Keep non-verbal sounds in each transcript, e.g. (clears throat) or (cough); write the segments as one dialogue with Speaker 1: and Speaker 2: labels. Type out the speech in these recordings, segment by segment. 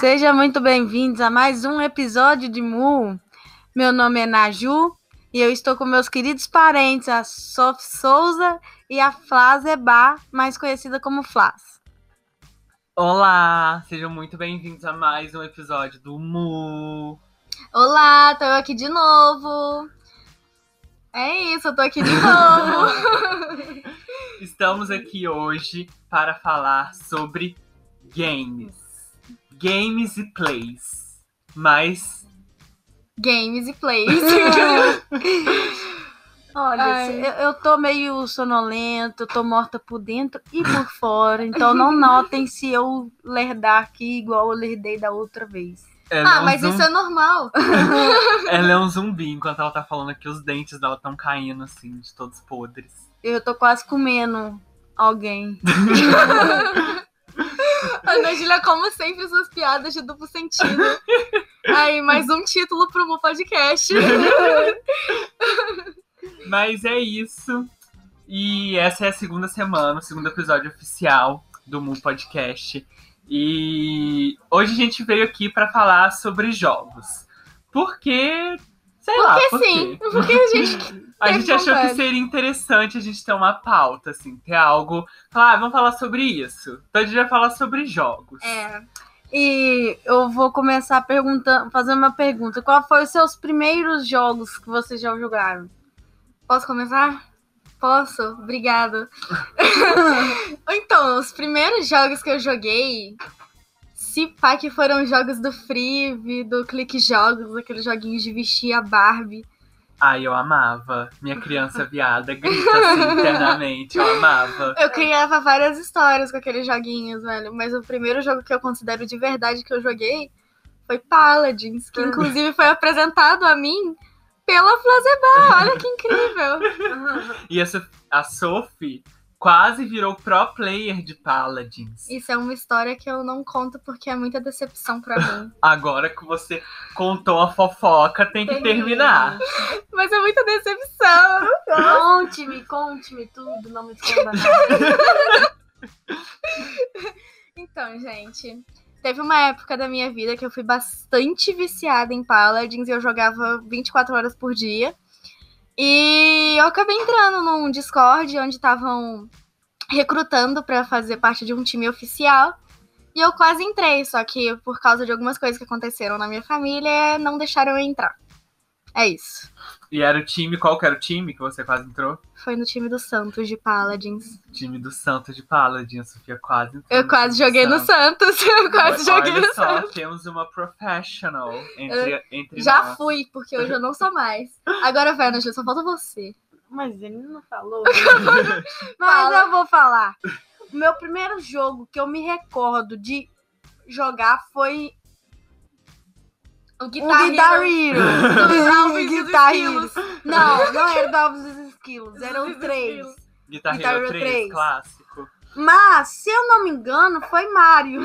Speaker 1: Sejam muito bem-vindos a mais um episódio de Mu. Meu nome é Naju e eu estou com meus queridos parentes, a Sof Souza e a Flá Zebá, mais conhecida como Flás.
Speaker 2: Olá, sejam muito bem-vindos a mais um episódio do Mu.
Speaker 1: Olá, tô eu aqui de novo. É isso, eu tô aqui de novo.
Speaker 2: Estamos aqui hoje para falar sobre games. Games e plays. Mas
Speaker 1: Games e plays. (laughs) Olha, assim.
Speaker 3: Ai.
Speaker 1: se- eu, eu tô meio sonolenta, eu tô morta por dentro e por fora, então (laughs) não notem se eu lerdar aqui igual eu lerdei da outra vez.
Speaker 2: ela,
Speaker 3: Ah,
Speaker 2: é um
Speaker 3: mas
Speaker 2: zumbi,
Speaker 3: isso é normal.
Speaker 2: ela é um zumbi. Enquanto ela tá falando aqui, os dentes dela estão caindo, assim, de todos podres.
Speaker 1: Eu tô quase comendo alguém.
Speaker 3: A Nagilha, como sempre, suas piadas de duplo sentido. Aí, mais um título pro meu podcast.
Speaker 2: Mas é isso. E essa é a segunda semana, o segundo episódio oficial do Mu Podcast. E hoje a gente veio aqui para falar sobre jogos. Porque, sei lá,
Speaker 3: Porque
Speaker 2: por
Speaker 3: sim,
Speaker 2: quê?
Speaker 3: porque a gente.
Speaker 2: A
Speaker 3: Teve
Speaker 2: gente achou que
Speaker 3: vontade.
Speaker 2: seria interessante a gente ter uma pauta, assim, ter algo. Falar, ah, vamos falar sobre isso. Então a gente vai falar sobre jogos.
Speaker 3: É.
Speaker 1: E eu vou começar perguntando, fazendo uma pergunta. Qual foi os seus primeiros jogos que vocês já jogaram?
Speaker 3: Posso começar? Posso? Obrigada. então, os primeiros jogos que eu joguei. Se pá que foram jogos do Free, do Clique Jogos, aqueles joguinhos de vestir a Barbie.
Speaker 2: Ai, eu amava. Minha criança viada grita
Speaker 3: (laughs)
Speaker 2: assim internamente. Eu amava.
Speaker 3: Eu criava várias histórias com aqueles joguinhos, velho. Mas o primeiro jogo que eu considero de verdade que eu joguei foi Paladins, que inclusive foi apresentado a mim pela Flazebá. Olha que incrível!
Speaker 2: E essa, a Sophie quase virou pro player de Paladins.
Speaker 3: Isso é uma história que eu não conto porque é muita decepção pra mim.
Speaker 2: Agora que você contou a fofoca, tem que terminar.
Speaker 3: (laughs) Mas é muita decepção!
Speaker 1: Conte-me, conte-me tudo, não me esconda nada.
Speaker 3: Então, gente, teve uma época da minha vida que eu fui bastante viciada em Paladins e eu jogava 24 horas por dia. E eu acabei entrando num Discord onde estavam recrutando pra fazer parte de um time oficial. E eu quase entrei, só que por causa de algumas coisas que aconteceram na minha família, não deixaram eu entrar. É isso.
Speaker 2: E era o time, qual que era o time que você quase entrou?
Speaker 3: Foi no time do Santos de Paladins.
Speaker 2: Time do Santos de Paladin, a Sofia quase entrou.
Speaker 3: Eu
Speaker 2: no
Speaker 3: quase
Speaker 2: time do
Speaker 3: joguei no
Speaker 2: Santos.
Speaker 3: Santos. (laughs) Eu quase joguei
Speaker 2: Olha
Speaker 3: no Santos.
Speaker 2: só, temos uma professional entre, entre
Speaker 3: Já
Speaker 2: nós.
Speaker 3: fui, porque hoje eu não sou mais. Agora vai, Angela, só falta você.
Speaker 1: Mas ele não falou. Mas eu vou falar. O meu primeiro jogo que eu me recordo de jogar foi
Speaker 3: O
Speaker 1: o Guitar Hero. (laughs)
Speaker 3: Dos Alves e dos
Speaker 1: Guitar Hero.
Speaker 3: Esquilos.
Speaker 1: Não, não era do Alves e dos Esquilos, eram
Speaker 3: Dos
Speaker 1: três.
Speaker 3: Esquilos.
Speaker 2: Guitar Hero
Speaker 1: Guitar Hero
Speaker 2: 3,
Speaker 1: 3.
Speaker 2: clássico.
Speaker 1: Mas, se eu não me engano, foi Mario.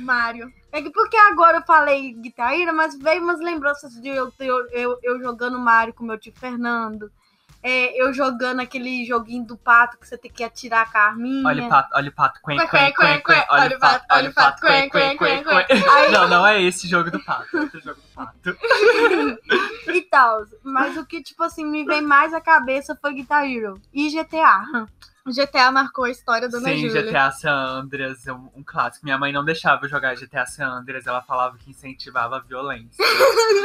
Speaker 1: (laughs)
Speaker 3: Mário.
Speaker 1: É que porque agora eu falei Guitar Hero, mas veio umas lembranças de eu, eu, eu, eu jogando Mario com meu tio Fernando. É, eu jogando aquele joguinho do pato que você tem que atirar com a arminha.
Speaker 2: Olha o pato, olha o pato, quen,
Speaker 3: Quen,
Speaker 2: quen, quen, quen. Olha o pato, olha o pato, quen, quen, quen, quen. Não, não é esse jogo do pato, é outro jogo do pato.
Speaker 1: e tal. Mas o que, tipo assim, me vem mais à cabeça foi Guitar Hero e GTA.
Speaker 3: O GTA marcou a história da Ana
Speaker 2: Sim,
Speaker 3: Júlia.
Speaker 2: GTA San Andreas é um, um clássico. Minha mãe não deixava eu jogar GTA San Andreas, ela falava que incentivava a
Speaker 1: (laughs)
Speaker 2: violência.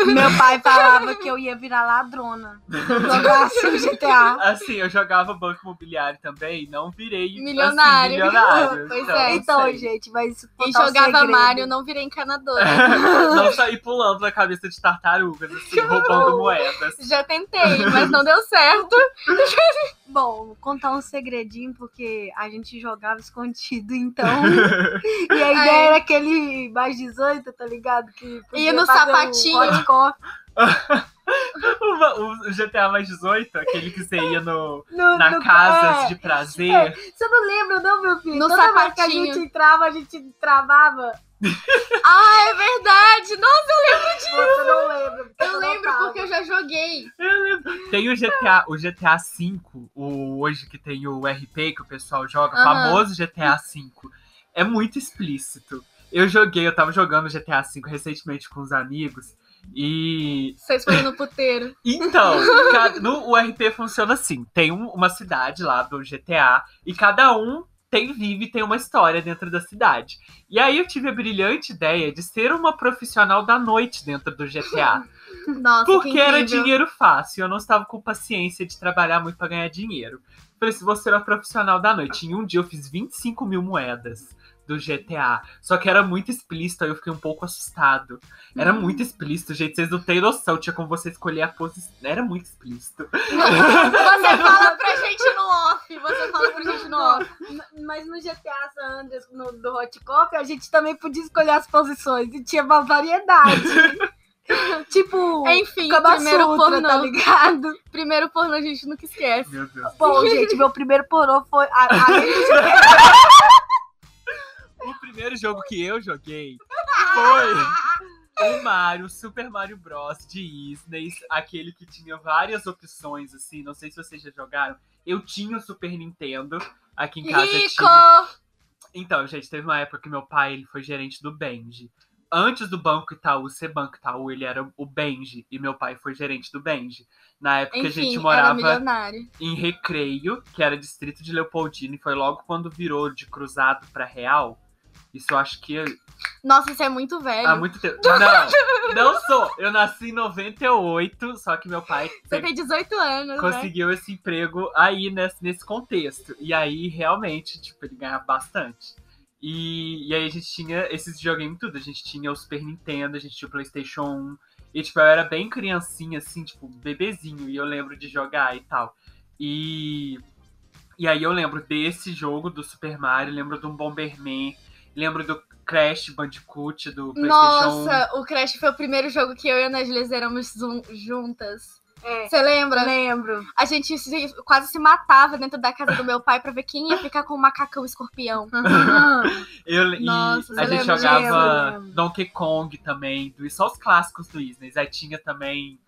Speaker 1: Meu pai falava que eu ia virar ladrona. se eu Jogasse o GTA.
Speaker 2: Assim, eu jogava banco imobiliário também, não virei
Speaker 3: Milionário.
Speaker 2: Assim,
Speaker 1: (laughs)
Speaker 2: milionário.
Speaker 3: Pois
Speaker 2: então,
Speaker 3: é.
Speaker 2: não
Speaker 1: Então,
Speaker 2: sei.
Speaker 1: gente, mas isso
Speaker 3: E
Speaker 1: contar o
Speaker 3: jogava
Speaker 1: segredo.
Speaker 3: Mário, não virei encanadora.
Speaker 2: (laughs) não sair pulando na cabeça de tartarugas, assim, roubando moedas.
Speaker 3: Já tentei, mas não deu certo.
Speaker 1: Bom, vou contar um segredinho, porque a gente jogava escondido,
Speaker 2: (laughs)
Speaker 1: então. E a ideia
Speaker 3: Aí.
Speaker 1: era aquele mais 18, tá ligado? Que podia
Speaker 3: no
Speaker 1: fazer um o
Speaker 3: sapatinho.
Speaker 1: hot coffee
Speaker 2: Uma- o GTA mais 18, aquele que você ia
Speaker 1: (laughs)
Speaker 2: no,
Speaker 1: no-
Speaker 2: na
Speaker 1: no-
Speaker 2: Casas
Speaker 1: é.
Speaker 2: de Prazer.
Speaker 1: É. Você não lembra, não, meu filho?
Speaker 3: No
Speaker 1: Toda vez que a
Speaker 3: sapatinho.
Speaker 1: gente entrava, a gente travava.
Speaker 3: Ah, é verdade! Não,
Speaker 1: Você não lembra. porque
Speaker 3: eu
Speaker 1: você não
Speaker 3: lembro
Speaker 1: tava.
Speaker 3: porque eu já joguei.
Speaker 2: Tem o GTA, o GTA V, o hoje que tem o RP que o pessoal joga,
Speaker 3: Aham.
Speaker 2: famoso GTA V. É muito explícito. Eu joguei, eu tava jogando GTA V recentemente com os amigos. E.
Speaker 3: Vocês foram no puteiro.
Speaker 2: Então, ca- no, o RP funciona assim: tem um- uma cidade lá do GTA e cada um tem vive tem uma história dentro da cidade. E aí eu tive a brilhante ideia de ser uma profissional da noite dentro do GTA.
Speaker 3: Nossa, que
Speaker 2: Porque era
Speaker 3: incrível.
Speaker 2: dinheiro fácil, eu não estava com paciência de trabalhar muito para ganhar dinheiro. Falei assim, vou ser uma profissional da noite. Em um dia eu fiz 25 mil moedas do GTA. Só que era muito explícito, aí eu fiquei um pouco assustado. Era
Speaker 3: Hum.
Speaker 2: muito explícito, gente, vocês não têm noção. Tinha como você escolher a posição. Era muito explícito.
Speaker 3: (laughs) Você fala pra gente no off. Você fala pra gente no off.
Speaker 1: Mas no GTA San Andreas, no, do Hot Coffee, a gente também podia escolher as posições e tinha uma
Speaker 3: (laughs)
Speaker 1: variedade. tipo,
Speaker 3: Enfim,
Speaker 1: Kama
Speaker 3: É primeiro
Speaker 1: Sutra,
Speaker 3: pornô.
Speaker 1: tá ligado?
Speaker 3: Primeiro pornô a gente nunca esquece.
Speaker 2: Meu Deus.
Speaker 1: Bom, gente, meu primeiro pornô foi. a-
Speaker 2: (laughs)
Speaker 1: além do
Speaker 2: O primeiro jogo que eu joguei foi o Mario, Super Mario Bros. de Disney, aquele que tinha várias opções, assim, não sei se vocês já jogaram. Eu tinha o Super Nintendo aqui em casa.
Speaker 3: Rico!
Speaker 2: Tinha. Então, gente, teve uma época que meu pai ele foi gerente do Benji. Antes do Banco Itaú ser Banco Itaú, ele era o Benji e meu pai foi gerente do Benji. Na época a gente
Speaker 3: Enfim, era
Speaker 2: morava
Speaker 3: milionário.
Speaker 2: em Recreio, que era distrito de Leopoldina, e foi logo quando virou de Cruzado pra Real. Isso eu acho que
Speaker 3: Nossa, isso é muito velho.
Speaker 2: há Ah, muito tempo. Não, não sou. Eu nasci em 98, só que meu pai
Speaker 3: Você
Speaker 2: pe-
Speaker 3: tem 18 anos, né?
Speaker 2: conseguiu esse emprego aí nesse, nesse contexto. E aí, realmente, tipo, ele ganhava bastante. E, e aí a gente tinha esses videogames tudo. A gente tinha o Super Nintendo, a gente tinha o Playstation 1. E, tipo, eu era bem criancinha, assim, tipo, bebezinho. E eu lembro de jogar e tal. E... E aí eu lembro desse jogo do Super Mario, lembro do Bomberman, lembro do Crash Bandicoot, do Playstation 1.
Speaker 3: Nossa, o Crash foi o primeiro jogo que eu e a Ana Gilles éramos zum- juntas.
Speaker 1: É.
Speaker 3: Você
Speaker 1: Eu
Speaker 3: lembra?
Speaker 1: lembro.
Speaker 3: A gente se- quase se matava dentro da casa do meu pai pra ver quem ia ficar com o macacão escorpião.
Speaker 2: Eu, e
Speaker 3: Nossa,
Speaker 2: a
Speaker 3: eu
Speaker 2: gente
Speaker 3: lembro,
Speaker 2: jogava
Speaker 1: lembro, lembro.
Speaker 2: Donkey Kong também, do, só os clássicos do Disney. Aí tinha também.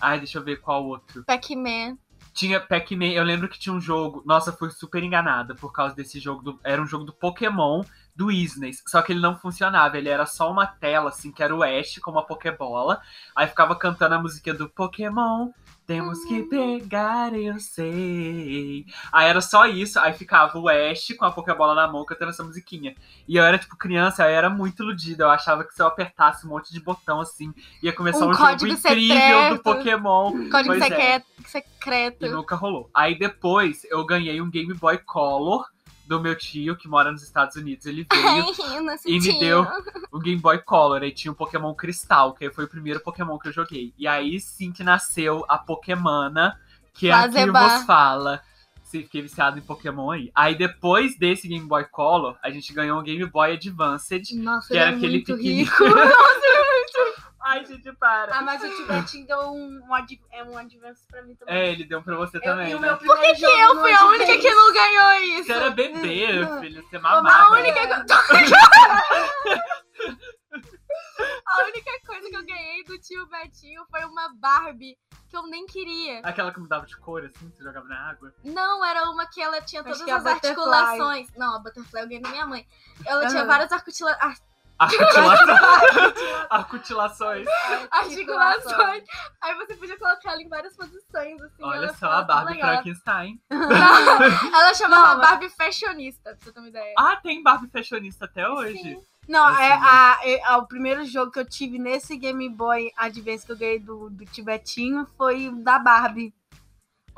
Speaker 2: Ai, deixa eu ver qual outro.
Speaker 3: Pac-Man.
Speaker 2: Tinha Pac-Man, eu lembro que tinha um jogo. Nossa, eu fui super enganada por causa desse jogo. do- era um jogo do Pokémon do Disney. Só que ele não funcionava. Ele era só uma tela, assim, que era o Ash com uma Pokébola. Aí ficava cantando a musiquinha do Pokémon. Temos que pegar, eu sei. Aí era só isso. Aí ficava o Ash com a Pokébola na mão cantando essa musiquinha. E eu era, tipo, criança, eu era muito iludida. Eu achava que se eu apertasse um monte de botão, assim, ia começar
Speaker 3: Um
Speaker 2: um, jogo
Speaker 3: código
Speaker 2: incrível do
Speaker 3: secreto.
Speaker 2: Pokémon.
Speaker 3: Código
Speaker 2: Pois é.
Speaker 3: secreto.
Speaker 2: E
Speaker 3: secreto.
Speaker 2: nunca rolou. Aí depois eu ganhei um Game Boy Color do meu tio, que mora nos Estados Unidos. Ele veio
Speaker 3: (laughs) Ai, nossa,
Speaker 2: e me
Speaker 3: tio.
Speaker 2: deu o Game Boy Color. Aí tinha o Pokémon Cristal, que foi o primeiro Pokémon que eu joguei. E aí sim que nasceu a Pokémona, que é a que
Speaker 3: Lazeba.
Speaker 2: vos fala. Se fiquei viciado em Pokémon aí. Aí depois desse Game Boy Color, a gente ganhou um Game Boy Advanced,
Speaker 3: Nossa,
Speaker 2: que
Speaker 3: ele é
Speaker 2: era aquele
Speaker 3: muito
Speaker 2: pequenininho.
Speaker 3: rico. (laughs) é
Speaker 2: Ai, gente, para.
Speaker 1: Ah, mas o Tibetinho deu um, um, ad- é um advance pra mim também.
Speaker 2: É, ele deu pra você também, né?
Speaker 1: Por que,
Speaker 3: Eu fui a única que não ganhou isso.
Speaker 2: Você era bebê,
Speaker 3: Hum,
Speaker 2: filho, você
Speaker 3: A
Speaker 2: mamava.
Speaker 3: única, a única coisa que eu ganhei do tio Betinho foi uma Barbie que eu nem queria.
Speaker 2: Aquela que mudava de cor, assim, que você jogava na água.
Speaker 3: Não, era uma que ela tinha
Speaker 1: Acho
Speaker 3: todas
Speaker 1: que é a
Speaker 3: as
Speaker 1: Butterfly.
Speaker 3: articulações. Não, a Butterfly eu ganhei da minha mãe. Ela tinha
Speaker 1: Aham.
Speaker 3: várias articula- ar- (laughs)
Speaker 2: Articulações. Articulações.
Speaker 3: articulações. Aí você podia colocar ela em várias posições, assim.
Speaker 2: Olha
Speaker 3: ela
Speaker 2: só
Speaker 3: ficava
Speaker 2: a Barbie
Speaker 3: toda legal.
Speaker 2: Frankenstein.
Speaker 3: (laughs)
Speaker 2: (laughs)
Speaker 3: Não, ela chamava
Speaker 1: Não, mas-
Speaker 3: Barbie fashionista, pra você ter uma ideia.
Speaker 2: Ah, tem Barbie fashionista até hoje.
Speaker 3: Sim.
Speaker 1: Não, é,
Speaker 2: Assim, né?
Speaker 1: a, é- a- o primeiro jogo que eu tive nesse Game Boy Advance que eu ganhei do, do Tibetinho foi o da Barbie.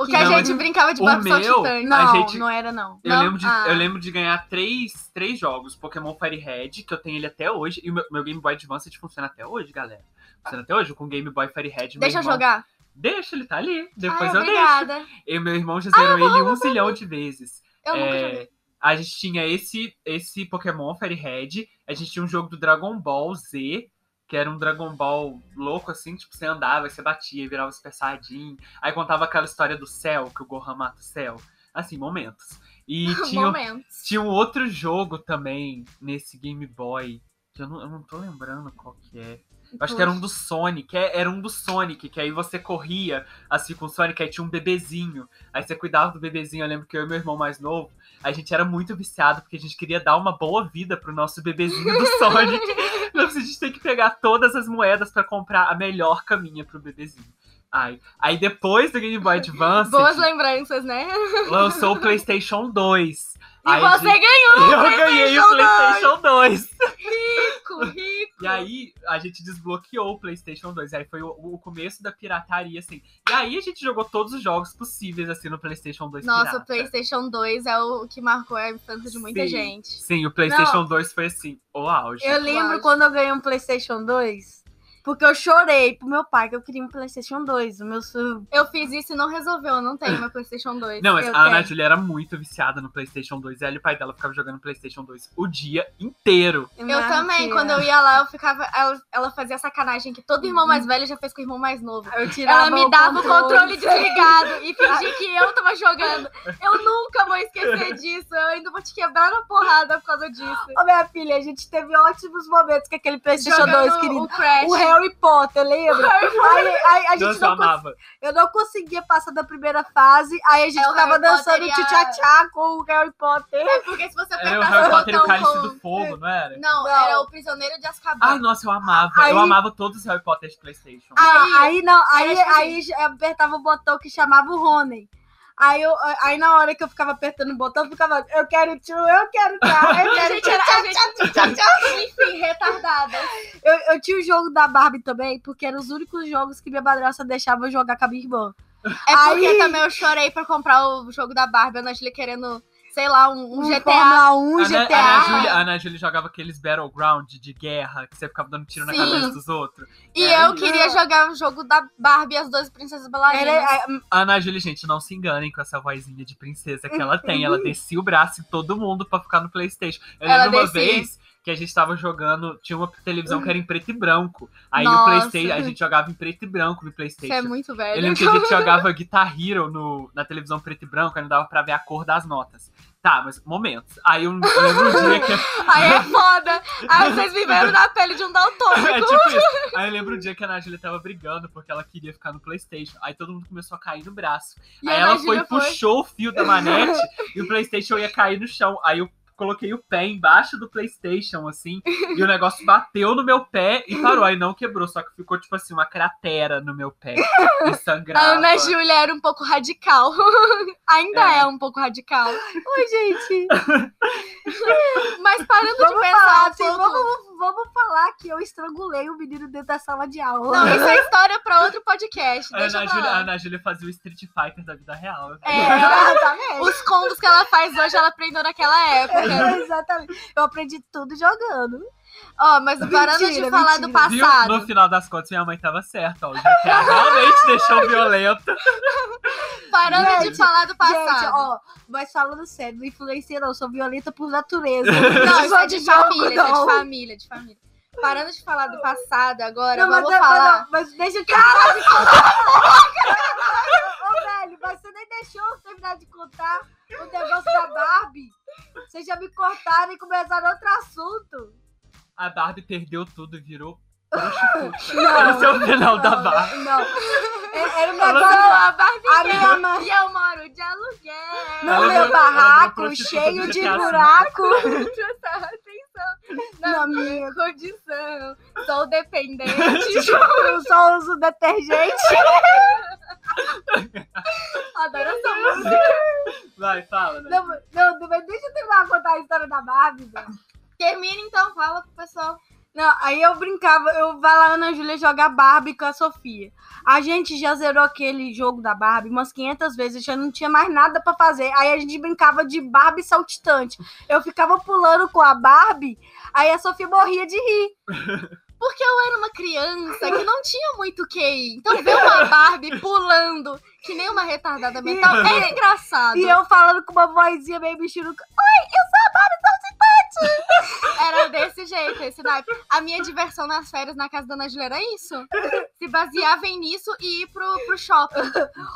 Speaker 3: O que
Speaker 1: Não,
Speaker 3: a
Speaker 1: mas
Speaker 3: gente brincava de
Speaker 2: o
Speaker 3: Barbie
Speaker 2: meu-
Speaker 3: saltitante.
Speaker 2: A
Speaker 1: Não,
Speaker 2: gente-
Speaker 1: não era não.
Speaker 2: Eu
Speaker 3: Não?
Speaker 2: lembro, de,
Speaker 3: Ah.
Speaker 2: eu lembro de ganhar três, três jogos, Pokémon Firehead, que eu tenho ele até hoje, e o meu, meu Game Boy Advance funciona até hoje, galera. Funciona até hoje, com o Game Boy Firehead. meu
Speaker 3: Deixa eu
Speaker 2: irmão-
Speaker 3: jogar. Ah, é
Speaker 2: Deixa, ele tá ali. Depois
Speaker 3: Ai,
Speaker 2: eu deixo.
Speaker 3: obrigada.
Speaker 2: E meu irmão já
Speaker 3: Ah,
Speaker 2: zerou ele um zilhão de vezes.
Speaker 3: Eu nunca
Speaker 2: É,
Speaker 3: joguei.
Speaker 2: A gente tinha esse, esse Pokémon Fairyhead, a gente tinha um jogo do Dragon Ball Z, que era um Dragon Ball louco, assim, tipo, você andava, aí você batia, e virava Super Saiyajin. Aí contava aquela história do céu, que o Gohan mata o céu. Assim, momentos.
Speaker 3: (laughs)
Speaker 2: E tinha,
Speaker 3: Momentos.
Speaker 2: tinha um outro jogo também nesse Game Boy, que eu não, eu não tô lembrando qual que é. Eu acho que era um do Sonic, é- era um do Sonic, que aí você corria assim com o Sonic, aí tinha um bebezinho. Aí você cuidava do bebezinho, eu lembro que eu e meu irmão mais novo, a gente era muito viciado, porque a gente queria dar uma boa vida pro nosso bebezinho do Sonic. Não a gente tem que pegar todas as moedas pra comprar a melhor caminha pro bebezinho. Ai. Aí depois do Game Boy Advance,
Speaker 3: Boas lembranças, né?
Speaker 2: lançou o PlayStation 2.
Speaker 3: E
Speaker 2: Aí
Speaker 3: você
Speaker 2: gente- eu ganhei o PlayStation 2.
Speaker 3: ganhou, rico.
Speaker 2: E aí, a gente desbloqueou o PlayStation 2. Aí foi o, o começo da pirataria, assim. E aí, a gente jogou todos os jogos possíveis, assim, no PlayStation 2.
Speaker 3: Nossa,
Speaker 2: pirata.
Speaker 3: o PlayStation 2 é o que marcou a infância de muita
Speaker 2: Sim.
Speaker 3: gente.
Speaker 2: Sim, o PlayStation 2 foi, assim, o auge.
Speaker 1: Eu lembro
Speaker 3: Lógico.
Speaker 1: quando eu ganhei um PlayStation 2, porque eu chorei pro meu pai que eu queria um PlayStation 2. O meu su-
Speaker 3: Eu fiz isso e não resolveu, eu não tenho meu PlayStation 2.
Speaker 2: Não, mas
Speaker 1: eu
Speaker 2: a Ana
Speaker 1: tenho.
Speaker 2: Júlia era muito viciada no PlayStation 2. Ela e o pai dela ficavam jogando PlayStation 2 o dia inteiro.
Speaker 3: Eu também, quando eu ia lá, eu ficava. Ela, ela fazia sacanagem que todo irmão mais velho já fez com o irmão mais novo.
Speaker 1: Uhum. eu tirava
Speaker 3: Ela me dava o controle desligado e fingia que eu
Speaker 1: (laughs)
Speaker 3: tava jogando. Eu nunca vou esquecer disso. Eu ainda vou te quebrar na porrada por causa disso.
Speaker 1: Ô, minha filha, a gente teve ótimos momentos com aquele PlayStation 2,
Speaker 3: Jogando
Speaker 1: querido.
Speaker 3: o Crash.
Speaker 1: O Harry Potter, lembra? Aí, aí a gente
Speaker 2: Nossa,
Speaker 1: não
Speaker 2: eu
Speaker 1: cons-
Speaker 2: amava.
Speaker 1: Eu não conseguia passar da primeira fase, aí a gente
Speaker 3: É, o
Speaker 1: tava
Speaker 3: Harry
Speaker 1: dançando
Speaker 3: Potter e a-
Speaker 1: tchá-tchá com o Harry Potter.
Speaker 3: É porque se você
Speaker 2: Era o
Speaker 3: apertasse
Speaker 2: Harry
Speaker 3: o
Speaker 2: Potter e
Speaker 3: botão
Speaker 2: o Cálice
Speaker 3: com.
Speaker 2: do Fogo, não era?
Speaker 3: Não,
Speaker 1: Não. Ah,
Speaker 3: era o Prisioneiro de Azkaban.
Speaker 2: Ai, nossa, eu amava. Eu
Speaker 1: Aí-
Speaker 2: amava todos os Harry Potter de PlayStation.
Speaker 1: Ah, aí não, aí,
Speaker 3: tipo
Speaker 1: aí já apertava o botão que chamava o Rony. Aí, eu, aí na hora que eu ficava apertando o botão, eu ficava, eu quero tio, eu quero tá,
Speaker 3: (laughs)
Speaker 1: eu
Speaker 3: A
Speaker 1: quero
Speaker 3: gente
Speaker 1: tchau,
Speaker 3: era-
Speaker 1: tchau,
Speaker 3: a gente- (laughs) Enfim, retardada.
Speaker 1: Eu, eu tinha o jogo da Barbie também, porque eram os únicos jogos que minha madrasta deixava eu jogar com a minha irmã.
Speaker 3: É porque
Speaker 1: Aí-
Speaker 3: também eu chorei pra comprar o jogo da Barbie, a Angela querendo, sei lá, um, um GTA.
Speaker 1: Fórmula 1,
Speaker 2: A Ana-
Speaker 1: GTA.
Speaker 2: é A Ana, Júlia, a Ana Júlia jogava aqueles Battleground de guerra, que você ficava dando tiro na
Speaker 3: Sim.
Speaker 2: cabeça dos outros.
Speaker 3: E
Speaker 2: É,
Speaker 3: eu queria jogar o jogo da Barbie e as 12 princesas
Speaker 1: Era-
Speaker 3: bailarinas.
Speaker 1: a-
Speaker 2: A Ana Júlia, Ah, gente, não se enganem com essa vozinha de princesa que ela tem.
Speaker 3: (laughs)
Speaker 2: Ela descia o braço em todo mundo pra ficar no Playstation. Eu
Speaker 3: Ela
Speaker 2: lembro uma
Speaker 3: descia.
Speaker 2: vez que a gente tava jogando, tinha uma televisão que era em preto e branco. Aí o
Speaker 3: Nossa.
Speaker 2: Playstation, a gente jogava em preto e branco no
Speaker 3: Você
Speaker 2: Playstation.
Speaker 3: é muito
Speaker 2: Eu
Speaker 3: velho.
Speaker 2: lembro que a
Speaker 3: (laughs)
Speaker 2: gente jogava Guitar Hero no, na televisão preto e branco, aí não dava pra ver a cor das notas. Tá, mas momentos. Aí eu, eu lembro um dia que (laughs)
Speaker 3: Aí é foda. Aí vocês viveram na pele de um
Speaker 2: É
Speaker 3: daltônico.
Speaker 2: tipo isso. Aí eu lembro o dia que a Nádia tava brigando porque ela queria ficar no Playstation. Aí todo mundo começou a cair no braço.
Speaker 3: E
Speaker 2: (laughs) aí
Speaker 3: a
Speaker 2: ela
Speaker 3: Ana
Speaker 2: foi,
Speaker 3: Júlia foi.
Speaker 2: puxou o fio da
Speaker 3: (laughs)
Speaker 2: manete e o Playstation ia cair no chão. Aí eu coloquei o pé embaixo do Playstation, assim, e o negócio bateu no meu pé e parou. Aí não quebrou, só que ficou, tipo assim, uma cratera no meu pé. E
Speaker 3: A
Speaker 2: sangrava.
Speaker 3: Ana Júlia era um pouco radical. (laughs) Ainda
Speaker 2: É.
Speaker 3: é. um pouco radical.
Speaker 1: Oi, gente.
Speaker 3: Mas parando de
Speaker 1: Vamos
Speaker 3: pensar
Speaker 1: falar,
Speaker 3: um
Speaker 1: assim,
Speaker 3: pouco...
Speaker 1: vamos, vamos falar que eu estrangulei o menino dentro da sala de aula. (laughs)
Speaker 3: Não, isso é história pra outro podcast.
Speaker 2: (laughs) A
Speaker 3: Deixa
Speaker 2: Ana
Speaker 3: eu
Speaker 2: Júlia- a
Speaker 3: falar.
Speaker 2: Ana Júlia fazia o Street Fighter da vida real. né?
Speaker 3: É, ela-
Speaker 1: exatamente.
Speaker 3: os combos que ela faz hoje, ela aprendeu naquela época.
Speaker 1: Exatamente. Eu aprendi tudo jogando.
Speaker 3: Ó, mas parando de
Speaker 1: Mentira,
Speaker 3: falar do
Speaker 1: mentira.
Speaker 2: Viu?
Speaker 3: É passado.
Speaker 2: No final das contas, minha mãe tava certa. ó. O GTA realmente
Speaker 3: (laughs)
Speaker 2: deixou violento.
Speaker 3: Parando de
Speaker 1: Gente,
Speaker 3: falar do passado.
Speaker 1: Gente, ó, mas falando sério, não influencia não, sou violenta por natureza.
Speaker 3: não, isso
Speaker 1: sou
Speaker 3: é de,
Speaker 1: jogo,
Speaker 3: família, isso é de
Speaker 1: não.
Speaker 3: família, de família. Parando de falar do passado agora,
Speaker 1: Não, mas, é,
Speaker 3: vamos
Speaker 1: mas-
Speaker 3: falar.
Speaker 1: mas deixa eu Cala de contar! Ô, velho, mas você nem deixou eu terminar de contar o negócio da Barbie. Vocês já me cortaram e começaram outro assunto.
Speaker 2: A Barbie perdeu tudo e virou prostituta. Esse é o final da Barbie.
Speaker 1: Não. É- Era um
Speaker 2: Ela
Speaker 1: negócio.
Speaker 3: a Barbie
Speaker 1: A
Speaker 3: gay.
Speaker 1: minha mãe.
Speaker 3: E eu moro de aluguel.
Speaker 1: (laughs) No
Speaker 2: Ela virou- ela
Speaker 1: meu
Speaker 2: virou
Speaker 1: barraco,
Speaker 2: prostituta
Speaker 1: cheio
Speaker 2: do
Speaker 1: de
Speaker 2: GTA V.
Speaker 1: buraco. (laughs)
Speaker 3: Você tá atenção na
Speaker 1: Na minha.
Speaker 3: condição. Sou dependente.
Speaker 1: Eu só uso detergente.
Speaker 3: Adoro essa música.
Speaker 2: Vai, fala. Né?
Speaker 1: Não, não, não, mas deixa eu terminar de contar a história da Barbie, velho.
Speaker 3: Termina então, fala pro pessoal.
Speaker 1: Não, aí eu brincava, eu vai lá Ana Júlia jogar Barbie com a Sofia. A gente já zerou aquele jogo da Barbie umas 500 vezes, já não tinha mais nada pra fazer. Aí a gente brincava de Barbie saltitante. Eu ficava pulando com a Barbie, aí a Sofia morria de rir.
Speaker 3: Porque eu era uma criança que não tinha muito QI. Então ver uma Barbie pulando, que nem uma retardada mental, é engraçado.
Speaker 1: E eu falando com uma vozinha meio bichuruca.
Speaker 3: Era desse jeito, esse naipe. A minha diversão nas férias na casa da Ana Julia era é isso. se baseavam nisso e ir pro, pro shopping.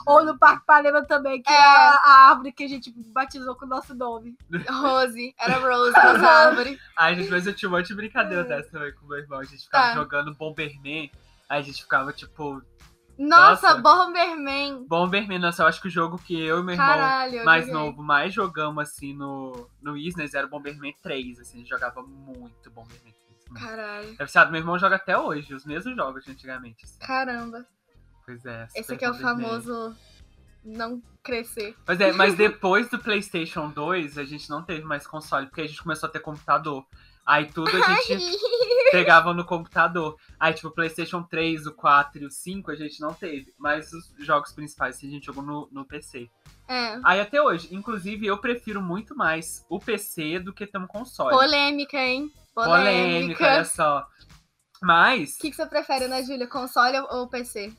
Speaker 1: Ou no Parque Palema também, que é,
Speaker 3: É.
Speaker 1: a, a árvore que a gente batizou com o nosso nome.
Speaker 3: Rose, era Rose nas árvores.
Speaker 2: Ai, gente, mas eu tinha um monte de brincadeira dessa também com o meu irmão. A gente ficava
Speaker 3: É. Tá.
Speaker 2: jogando Bomberman. Aí a gente ficava, tipo,
Speaker 3: Nossa,
Speaker 2: Nossa.
Speaker 3: Bomberman.
Speaker 2: Bomberman, nossa, eu acho que o jogo que eu e meu irmão
Speaker 3: Caralho. eu
Speaker 2: mais
Speaker 3: joguei.
Speaker 2: novo mais jogamos, assim, no, no Isnes era o Bomberman 3, assim, a gente jogava muito Bomberman 3. muito.
Speaker 3: Caralho.
Speaker 2: É viciado, meu irmão joga até hoje, os mesmos jogos de antigamente, assim.
Speaker 3: Caramba.
Speaker 2: Pois é.
Speaker 3: Esse
Speaker 2: super
Speaker 3: aqui é o
Speaker 2: Bomberman.
Speaker 3: famoso não crescer.
Speaker 2: Mas é, mas depois do PlayStation 2, a gente não teve mais console, porque a gente começou a ter computador. Aí tudo
Speaker 3: (laughs)
Speaker 2: a gente pegava no computador. Aí, tipo, o PlayStation 3, o 4 e o 5 a gente não teve. Mas os jogos principais assim, a gente jogou no, no PC.
Speaker 3: É.
Speaker 2: Aí até hoje, inclusive, eu prefiro muito mais o PC do que ter um console.
Speaker 3: Polêmica, hein?
Speaker 2: olha né?
Speaker 3: Polêmica.
Speaker 2: só. Mas.
Speaker 3: O que, que você prefere, né, Júlia? Console ou PC?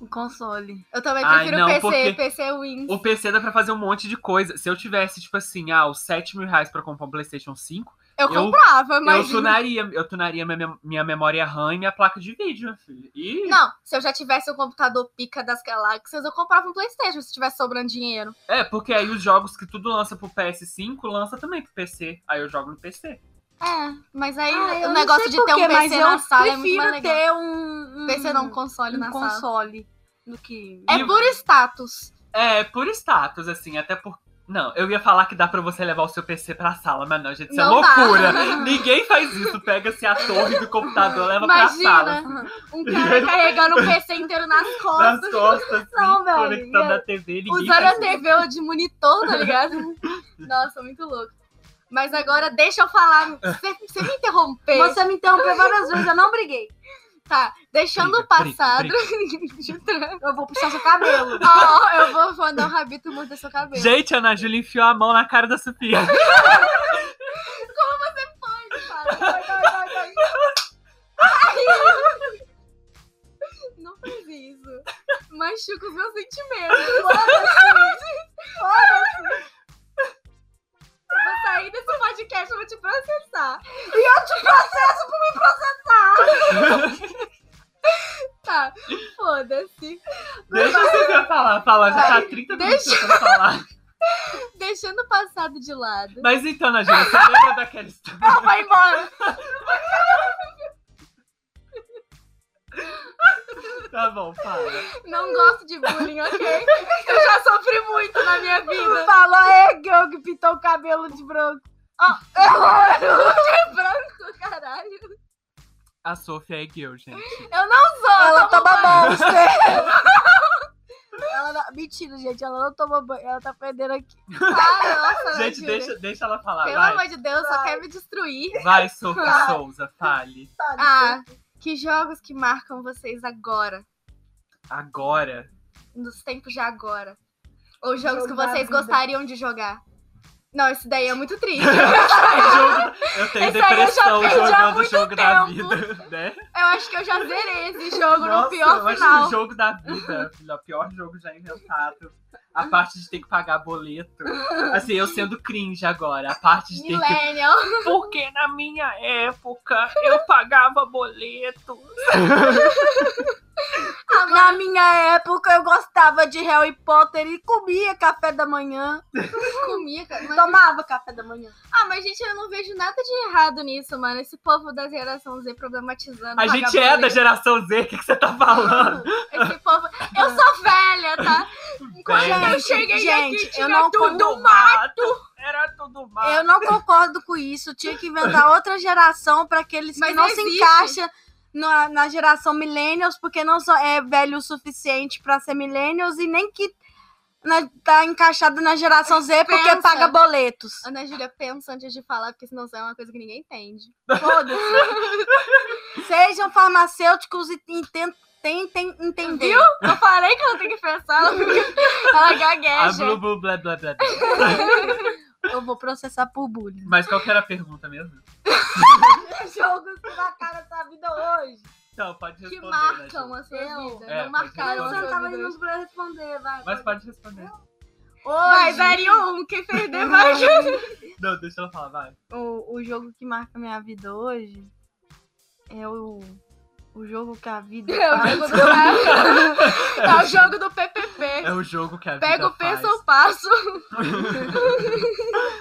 Speaker 1: Um console.
Speaker 3: Eu também
Speaker 2: Ai,
Speaker 3: prefiro
Speaker 2: não,
Speaker 3: PC,
Speaker 2: porque-
Speaker 3: PC Wins.
Speaker 2: O PC dá pra fazer um monte de coisa. Se eu tivesse, tipo assim, ah, os 7 mil reais pra comprar um PlayStation 5,
Speaker 3: Eu
Speaker 2: eu-
Speaker 3: comprava, mas.
Speaker 2: Eu tunaria, eu tunaria minha, mem- minha memória RAM e minha placa de vídeo, meu filho. E
Speaker 3: Não, se eu já tivesse um computador pica das galáxias, eu comprava um Playstation se tivesse sobrando dinheiro.
Speaker 2: é, porque aí os jogos que tudo lança pro PS5, lança também pro PC. Aí eu jogo no PC.
Speaker 3: É, mas aí
Speaker 1: Ah, eu
Speaker 3: o
Speaker 1: não
Speaker 3: negócio
Speaker 1: sei
Speaker 3: de ter um
Speaker 1: porquê, mas
Speaker 3: PC na
Speaker 1: eu
Speaker 3: sala é muito
Speaker 1: prefiro
Speaker 3: mais legal.
Speaker 1: ter um, um
Speaker 3: PC não, um console
Speaker 1: um
Speaker 3: na sala.
Speaker 1: console do que.
Speaker 3: É
Speaker 2: E-
Speaker 3: puro status.
Speaker 2: É, por status, assim, até por. Não, eu ia falar que dá pra você levar o seu PC pra sala, mas não, gente, isso é
Speaker 3: Não dá.
Speaker 2: loucura. Ninguém faz isso. Pega-se a torre do computador, leva pra tá sala.
Speaker 3: Imagina, um cara carregando o PC inteiro nas costas,
Speaker 2: (laughs) Nas costas, assim,
Speaker 3: (laughs)
Speaker 1: É, Não, meu
Speaker 2: conectando
Speaker 1: amigo.
Speaker 2: a TV, ninguém
Speaker 3: usando
Speaker 2: faz
Speaker 3: a
Speaker 2: isso.
Speaker 3: TV ou de monitor, tá
Speaker 2: (laughs)
Speaker 3: ligado? Nossa, muito louco. Mas agora deixa eu falar, você você me interrompeu.
Speaker 1: é. Você me interrompeu várias vezes, eu não briguei.
Speaker 3: Tá, deixando
Speaker 2: Briga,
Speaker 3: o passado.
Speaker 2: briga,
Speaker 3: (laughs)
Speaker 1: Eu vou puxar seu cabelo.
Speaker 3: Ó, eu vou, vou dar um rabito muito no seu cabelo.
Speaker 2: Gente, a Ana Júlia enfiou a mão na cara da Sofia.
Speaker 3: Fala, vai, vai, vai, vai. Não faz isso. Machuca os meus sentimentos. Foda-se. Eu Vou sair desse podcast, eu vou te processar. Tá, foda-se.
Speaker 2: Deixa a Sofia falar, fala. Já tá 30 minutos
Speaker 3: Deixa-
Speaker 2: pra falar.
Speaker 3: Deixando o passado de lado.
Speaker 2: Mas então, Ana Júlia, você lembra daquela
Speaker 3: (laughs)
Speaker 2: história?
Speaker 1: Ela vai embora.
Speaker 2: Tá bom, fala.
Speaker 3: Não gosto de bullying, ok? Eu já sofri muito na minha vida.
Speaker 1: Falou, é eu que pintou o cabelo de branco.
Speaker 3: Branco, caralho.
Speaker 2: A Sofia é girl, gente.
Speaker 1: Ela
Speaker 3: toma
Speaker 1: toma monster. (laughs) Ela não- Mentira, gente, ela não toma banho, ela tá perdendo aqui.
Speaker 2: (laughs)
Speaker 3: Ah, nossa, Ana
Speaker 2: Gente,
Speaker 3: Júlia.
Speaker 2: deixa, deixa ela falar,
Speaker 3: Pelo
Speaker 2: vai.
Speaker 3: amor de Deus, só
Speaker 1: Vai.
Speaker 3: quer me destruir.
Speaker 2: Vai, Sofia
Speaker 1: Vai.
Speaker 2: Souza, fale.
Speaker 3: Ah, que jogos que marcam vocês agora?
Speaker 2: Agora.
Speaker 3: Nos tempos de agora? Ou jogos que
Speaker 1: Jogo da
Speaker 3: vocês
Speaker 1: vida.
Speaker 3: gostariam de jogar? Não, esse daí é muito triste. (laughs)
Speaker 2: Jogo- Eu tenho
Speaker 3: Esse aí eu já
Speaker 2: depressão
Speaker 3: perdi há
Speaker 2: jogando o
Speaker 3: muito
Speaker 2: jogo da
Speaker 3: tempo.
Speaker 2: vida, né?
Speaker 3: Eu acho que eu já zerei esse jogo
Speaker 2: Nossa,
Speaker 3: no pior
Speaker 2: eu acho que
Speaker 3: final.
Speaker 2: o jogo da vida, filho, é o pior jogo já inventado. A parte de ter que pagar boleto. Assim, eu sendo cringe agora. A parte de ter que.
Speaker 3: Millennial. (laughs)
Speaker 2: Porque na minha época eu pagava boleto.
Speaker 1: Na minha época, eu gostava de Harry Potter e comia café da manhã.
Speaker 3: Comia, cara. Mas-
Speaker 1: Tomava café da manhã.
Speaker 3: Ah, mas gente, eu não vejo nada de errado nisso, mano. Esse povo da geração Z problematizando.
Speaker 2: A gente é da
Speaker 3: vagabundo.
Speaker 2: geração Z, o que, que você tá falando?
Speaker 3: Esse povo. Eu sou velha, tá? (laughs) Quando
Speaker 2: Velho.
Speaker 3: eu cheguei
Speaker 1: gente,
Speaker 3: aqui,
Speaker 1: eu
Speaker 3: tinha
Speaker 1: não
Speaker 3: tudo
Speaker 1: como
Speaker 2: mato! Era tudo mato!
Speaker 1: Eu não concordo com isso. Tinha que inventar outra geração para aqueles que
Speaker 3: Mas
Speaker 1: não se
Speaker 3: existe.
Speaker 1: encaixam na, na geração millennials, porque não só é velho o suficiente para ser millennials e nem que na, tá encaixado na geração Z porque
Speaker 3: Pensa.
Speaker 1: paga boletos.
Speaker 3: Ana Júlia, pensa antes de falar, porque senão isso é uma coisa que ninguém entende.
Speaker 1: Foda-se. Sejam farmacêuticos e enten- tentem entender.
Speaker 3: Viu? Eu falei que ela tem que pensar. Ela, (laughs) ela
Speaker 2: A
Speaker 3: gagueja.
Speaker 2: blu, blu, blá, blá, blá, blá.
Speaker 3: (laughs)
Speaker 1: Eu vou processar por bullying.
Speaker 2: Mas qual que era a pergunta mesmo?
Speaker 1: (laughs) Jogos na cara da vida hoje.
Speaker 2: Então, pode
Speaker 3: Que
Speaker 2: responder. né, gente?
Speaker 3: marcam a sua
Speaker 1: Eu?
Speaker 3: vida.
Speaker 2: É,
Speaker 3: não
Speaker 2: pode
Speaker 3: marcaram
Speaker 1: Mas
Speaker 3: a
Speaker 1: você não
Speaker 3: sua
Speaker 1: tava
Speaker 3: vida.
Speaker 1: indo pra responder, vai.
Speaker 2: Mas pode responder.
Speaker 3: Vai,
Speaker 1: Hoje,
Speaker 3: Dario, um, quem perder vai.
Speaker 2: Não, deixa ela falar, vai.
Speaker 1: o, o jogo que marca minha vida hoje é o, O jogo que a vida.
Speaker 3: É o
Speaker 1: faz.
Speaker 3: jogo do É o jogo do
Speaker 2: É
Speaker 3: PPP.
Speaker 2: o jogo que a vida
Speaker 3: Pega o
Speaker 2: faz.
Speaker 3: pensa ou passo.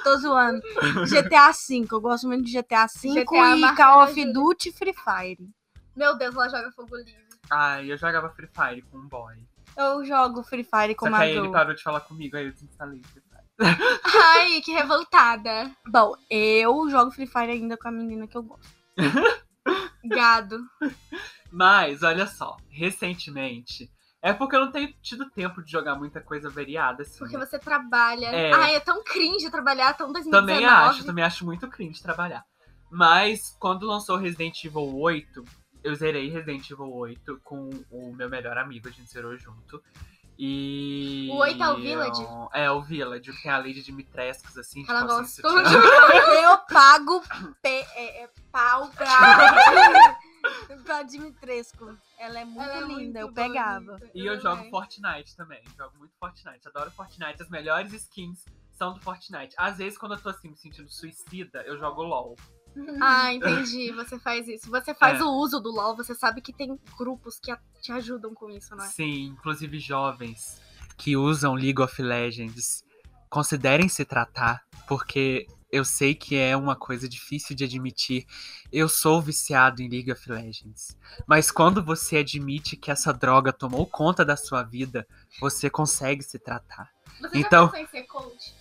Speaker 1: Tô zoando. GTA V. Eu gosto muito de GTA V
Speaker 3: GTA
Speaker 1: e
Speaker 3: marca
Speaker 1: Call
Speaker 3: na
Speaker 1: of
Speaker 3: Júlia.
Speaker 1: Duty e Free Fire.
Speaker 3: Meu Deus, ela joga fogo livre.
Speaker 2: Ai, eu jogava Free Fire com um boy.
Speaker 1: Eu jogo Free Fire com
Speaker 2: Só que
Speaker 1: uma
Speaker 2: aí ele tá-
Speaker 1: Go.
Speaker 2: parou de falar comigo, aí eu desinstalei Free Fire.
Speaker 3: Ai, que revoltada.
Speaker 1: Bom, eu jogo Free Fire ainda com a menina que eu gosto.
Speaker 3: Gado.
Speaker 2: Mas, olha só, recentemente. É porque eu não tenho tido tempo de jogar muita coisa variada, assim.
Speaker 3: Porque
Speaker 2: né?
Speaker 3: você trabalha.
Speaker 2: É.
Speaker 3: Ai, é tão cringe trabalhar, tão 2019.
Speaker 2: Também acho, também acho muito cringe trabalhar. Mas quando lançou Resident Evil 8, eu zerei Resident Evil 8 com o meu melhor amigo, a gente zerou junto. E.
Speaker 3: O 8 é o Village?
Speaker 2: É, o Village, que é a Lady Dimitrescu, assim, de
Speaker 3: Ela
Speaker 2: calcinha
Speaker 3: gostou de
Speaker 2: sutiã.
Speaker 1: Eu pago pe- é, é, pau
Speaker 3: (laughs)
Speaker 1: pra, pra Dimitrescu. Ela é muito
Speaker 3: Ela é muito
Speaker 1: linda, eu
Speaker 3: bonita,
Speaker 1: pegava.
Speaker 2: E eu jogo
Speaker 3: também.
Speaker 2: Fortnite também. Jogo muito Fortnite. Adoro Fortnite. As melhores skins são do Fortnite. Às vezes, quando eu tô assim, me sentindo suicida, eu jogo LOL.
Speaker 3: Ah, entendi. Você faz isso. Você faz
Speaker 2: É.
Speaker 3: o uso do LOL, você sabe que tem grupos que a- te ajudam com isso, né?
Speaker 2: Sim, inclusive jovens que usam League of Legends, considerem se tratar, porque eu sei que é uma coisa difícil de admitir. Eu sou viciado em League of Legends. Mas quando você admite que essa droga tomou conta da sua vida, você consegue se tratar.
Speaker 3: Você
Speaker 2: Então-
Speaker 3: já pensou em ser coach?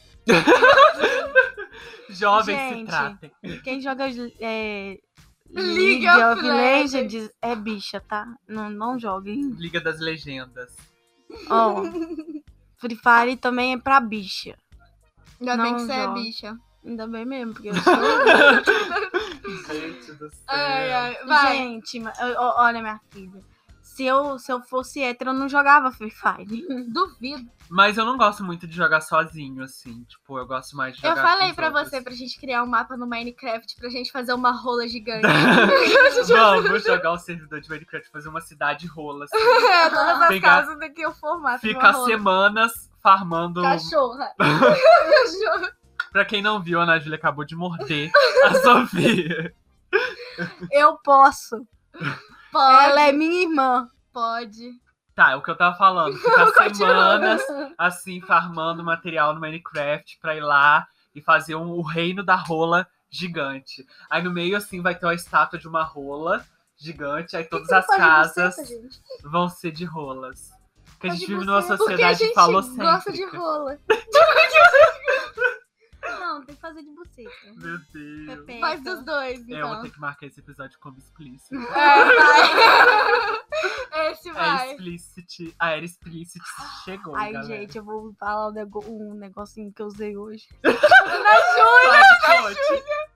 Speaker 2: Jovens se
Speaker 1: Gente,
Speaker 2: tratem.
Speaker 1: Quem joga é,
Speaker 3: League
Speaker 1: League
Speaker 3: of
Speaker 1: of Legends é bicha, tá? Não, não joguem.
Speaker 2: Liga das Legendas.
Speaker 1: Ó, Free Fire também é pra bicha.
Speaker 3: Ainda bem
Speaker 1: Não,
Speaker 3: que você é
Speaker 1: Jó.
Speaker 3: bicha.
Speaker 1: Ainda bem mesmo, porque eu sou...
Speaker 2: Gente do céu.
Speaker 3: Ai, ai, (laughs) vai.
Speaker 1: Gente, ma- o- o- olha minha filha. Se eu, se eu fosse hétero, eu não jogava Free Fire.
Speaker 3: Duvido.
Speaker 2: Mas eu não gosto muito de jogar sozinho, assim. Tipo, eu gosto mais de
Speaker 3: Eu
Speaker 2: jogar.
Speaker 3: falei
Speaker 2: com os
Speaker 3: pra
Speaker 2: outros.
Speaker 3: você pra gente criar um mapa no Minecraft pra gente fazer uma rola (laughs) gigante.
Speaker 2: Vamos jogar o servidor de Minecraft, fazer uma cidade rola. assim.
Speaker 3: (laughs) É, todas as
Speaker 2: Pegar-
Speaker 3: casas tem que ter o formato. de uma
Speaker 2: Ficar
Speaker 3: rola.
Speaker 2: semanas farmando.
Speaker 3: (laughs) Cachorra. Cachorra.
Speaker 2: Pra quem não viu, a Ana Júlia acabou de morder a (laughs) Sofia.
Speaker 1: Eu posso.
Speaker 3: Pode.
Speaker 1: Ela é minha irmã.
Speaker 3: Pode.
Speaker 2: Tá, é o que eu tava falando. Ficar semanas
Speaker 3: Continua.
Speaker 2: assim, farmando material no Minecraft pra ir lá e fazer um, o reino da rola gigante. Aí no meio, assim, vai ter uma estátua de uma rola gigante, aí todas as casas vão ser de rolas. Porque a gente vive numa sociedade
Speaker 3: é Porque a gente
Speaker 2: falocêntrica.
Speaker 3: gosta de rola.
Speaker 1: Não, tem que fazer de buceta.
Speaker 2: Meu Deus.
Speaker 1: Pepeca.
Speaker 3: Faz dos dois,
Speaker 2: É, eu vou
Speaker 3: então.
Speaker 2: ter que marcar esse episódio como explícito.
Speaker 3: É, (laughs) vai. Esse
Speaker 2: É
Speaker 3: vai.
Speaker 2: explicit. A era explicit chegou,
Speaker 1: Ai,
Speaker 2: galera.
Speaker 1: gente, eu vou falar um, nego- um negocinho que eu usei hoje.
Speaker 2: Coach, coach,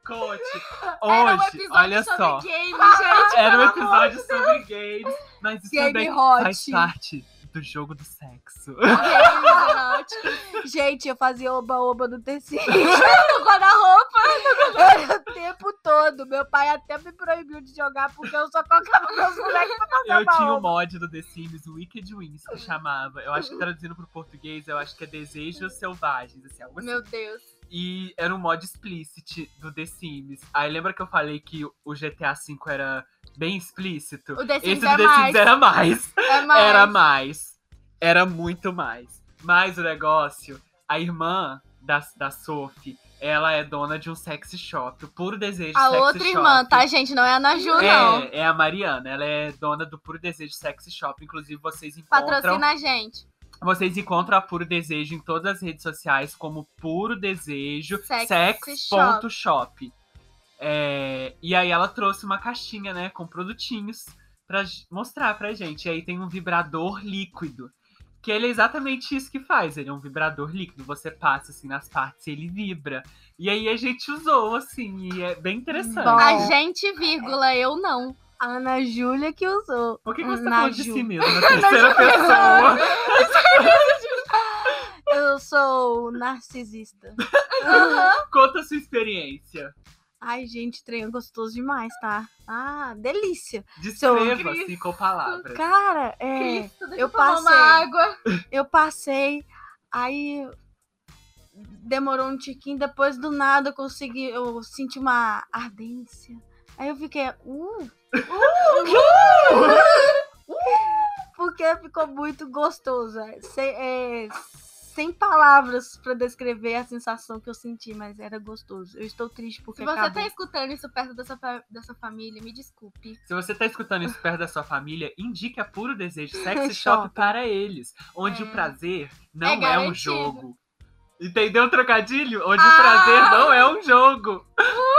Speaker 2: coach.
Speaker 3: Era um
Speaker 2: Hoje,
Speaker 3: episódio
Speaker 2: olha
Speaker 3: sobre
Speaker 2: só.
Speaker 3: game, gente.
Speaker 2: Era um episódio sobre games, mas isso
Speaker 1: Game
Speaker 2: também faz
Speaker 1: hot.
Speaker 2: parte do jogo do sexo.
Speaker 3: Games, ótimo.
Speaker 1: Gente, eu fazia oba-oba no (laughs) tecido
Speaker 3: No guarda-roupa.
Speaker 1: o tempo todo. Meu pai até me proibiu de jogar porque eu só colocava meus moleques pra
Speaker 3: Tá
Speaker 1: fazer
Speaker 2: Eu tinha um
Speaker 1: oba-oba.
Speaker 2: mod do The Sims, Wicked Wings, que chamava. Eu acho que traduzindo pro português, eu acho que é Desejos Selvagens, assim, algo assim.
Speaker 3: Meu Deus.
Speaker 2: E era um mod explicit do The Sims. Aí lembra que eu falei que o GTA V era bem explícito?
Speaker 3: O The Sims
Speaker 2: Esse
Speaker 3: é
Speaker 2: do The
Speaker 3: mais.
Speaker 2: Sims era mais.
Speaker 3: É (laughs) mais.
Speaker 2: Era mais. Era muito mais. Mas o negócio, a irmã da, da Sophie, ela é dona de um sex shop. O puro desejo
Speaker 3: A
Speaker 2: sex shop.
Speaker 3: outra irmã, tá, gente? Não é a Naju, não.
Speaker 2: É, é a Mariana, ela é dona do Puro Desejo Sex Shop. Inclusive, vocês encontram.
Speaker 3: Patrocina a gente.
Speaker 2: Vocês encontram a Puro Desejo em todas as redes sociais como Puro Desejo
Speaker 3: Sex
Speaker 2: Sex.shop. É, e aí ela trouxe uma caixinha, né, com produtinhos pra j- mostrar pra gente. E aí tem um vibrador líquido. Que ele é exatamente isso que faz. Ele é um vibrador líquido. Você passa assim nas partes e ele vibra. E aí a gente usou, assim, e é bem interessante.
Speaker 1: Bom.
Speaker 3: A gente, vírgula, eu não.
Speaker 1: A Ana Júlia que usou.
Speaker 2: Por que, que você tá
Speaker 1: Na
Speaker 2: falando de
Speaker 1: Ju.
Speaker 2: si mesmo na
Speaker 1: (laughs)
Speaker 2: terceira pessoa?
Speaker 1: Eu sou narcisista.
Speaker 3: Uhum.
Speaker 2: Conta a sua experiência.
Speaker 1: Ai, gente, trem é gostoso demais, tá? Ah, delícia.
Speaker 2: Descreva-se assim, com palavras.
Speaker 1: Cara, é.
Speaker 3: Cristo, deixa
Speaker 1: eu
Speaker 3: eu tomar uma
Speaker 1: passei.
Speaker 3: água.
Speaker 1: eu passei, aí demorou um tiquinho, depois do nada eu consegui, eu senti uma ardência Aí eu fiquei, uh, uh, porque ficou muito gostoso. é, Sem, é, sem palavras pra descrever a sensação que eu senti, mas era gostoso. Eu estou triste porque
Speaker 3: Se você
Speaker 1: acabou.
Speaker 3: tá escutando isso perto da sua, fa- da sua família, me desculpe.
Speaker 2: Se você tá escutando isso perto da sua família, indique a Puro Desejo Sexy Shop
Speaker 1: Shopping.
Speaker 2: para eles, onde
Speaker 3: É.
Speaker 2: o prazer não é, um
Speaker 3: garantido.
Speaker 2: jogo. Entendeu o trocadilho? Onde o
Speaker 3: Ah!
Speaker 2: prazer não é um jogo.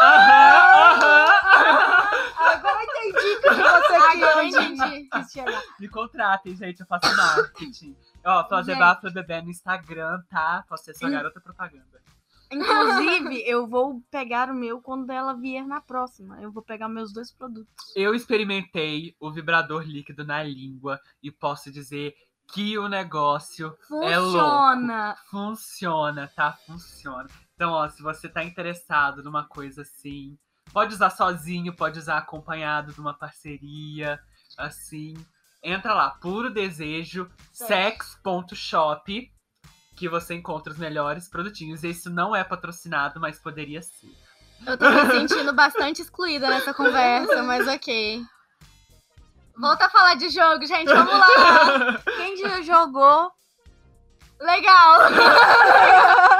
Speaker 2: Aham, aham.
Speaker 1: Agora eu entendi (laughs) que você queria
Speaker 3: Agora eu
Speaker 1: onde
Speaker 3: entendi.
Speaker 1: quis chegar.
Speaker 2: Me contratem, gente, eu faço marketing. Ó, fazer
Speaker 1: Gente.
Speaker 2: bafo bebê no Instagram, tá? Posso ser sua garota propaganda.
Speaker 1: Inclusive, (laughs) eu vou pegar o meu quando ela vier na próxima. Eu vou pegar meus dois produtos.
Speaker 2: Eu experimentei o vibrador líquido na língua e posso dizer que o negócio é
Speaker 1: Funciona!
Speaker 2: Funciona, tá? Funciona. Então, ó, se você tá interessado numa coisa assim, pode usar sozinho, pode usar acompanhado de uma parceria, assim. Entra lá, puro desejo, sex.shop, que você encontra os melhores produtinhos. Isso não é patrocinado, mas poderia ser. (laughs)
Speaker 3: Eu tô me sentindo bastante excluída nessa (laughs) conversa, mas ok. Volta a falar de jogo, gente. Vamos lá.
Speaker 1: Quem já jogou?
Speaker 3: Legal.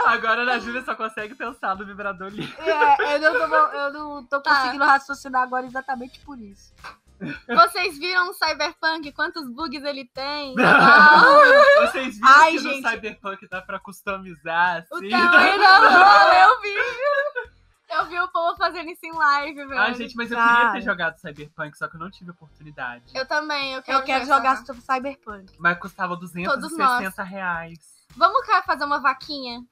Speaker 2: Agora a Ana Júlia só consegue pensar no vibrador
Speaker 1: (laughs)
Speaker 2: líquido.
Speaker 1: É, eu, não tô, eu não tô
Speaker 3: Tá.
Speaker 1: conseguindo raciocinar agora exatamente por isso.
Speaker 3: Vocês viram o Cyberpunk? Quantos bugs ele
Speaker 2: (laughs)
Speaker 3: tem?
Speaker 2: Vocês viram
Speaker 1: Ai,
Speaker 2: que no
Speaker 1: gente.
Speaker 2: Cyberpunk dá pra customizar,
Speaker 3: O
Speaker 2: assim?
Speaker 3: tamanho da rola, eu vi. Eu vi o povo fazendo isso em live, velho.
Speaker 2: Ai, gente, mas eu
Speaker 1: Cara.
Speaker 2: queria ter jogado Cyberpunk, só que eu não tive oportunidade.
Speaker 3: Eu também, eu quero,
Speaker 1: Eu quero
Speaker 3: jogar.
Speaker 1: jogar sobre Cyberpunk.
Speaker 2: Mas custava 260 reais.
Speaker 3: Vamos cá fazer uma vaquinha?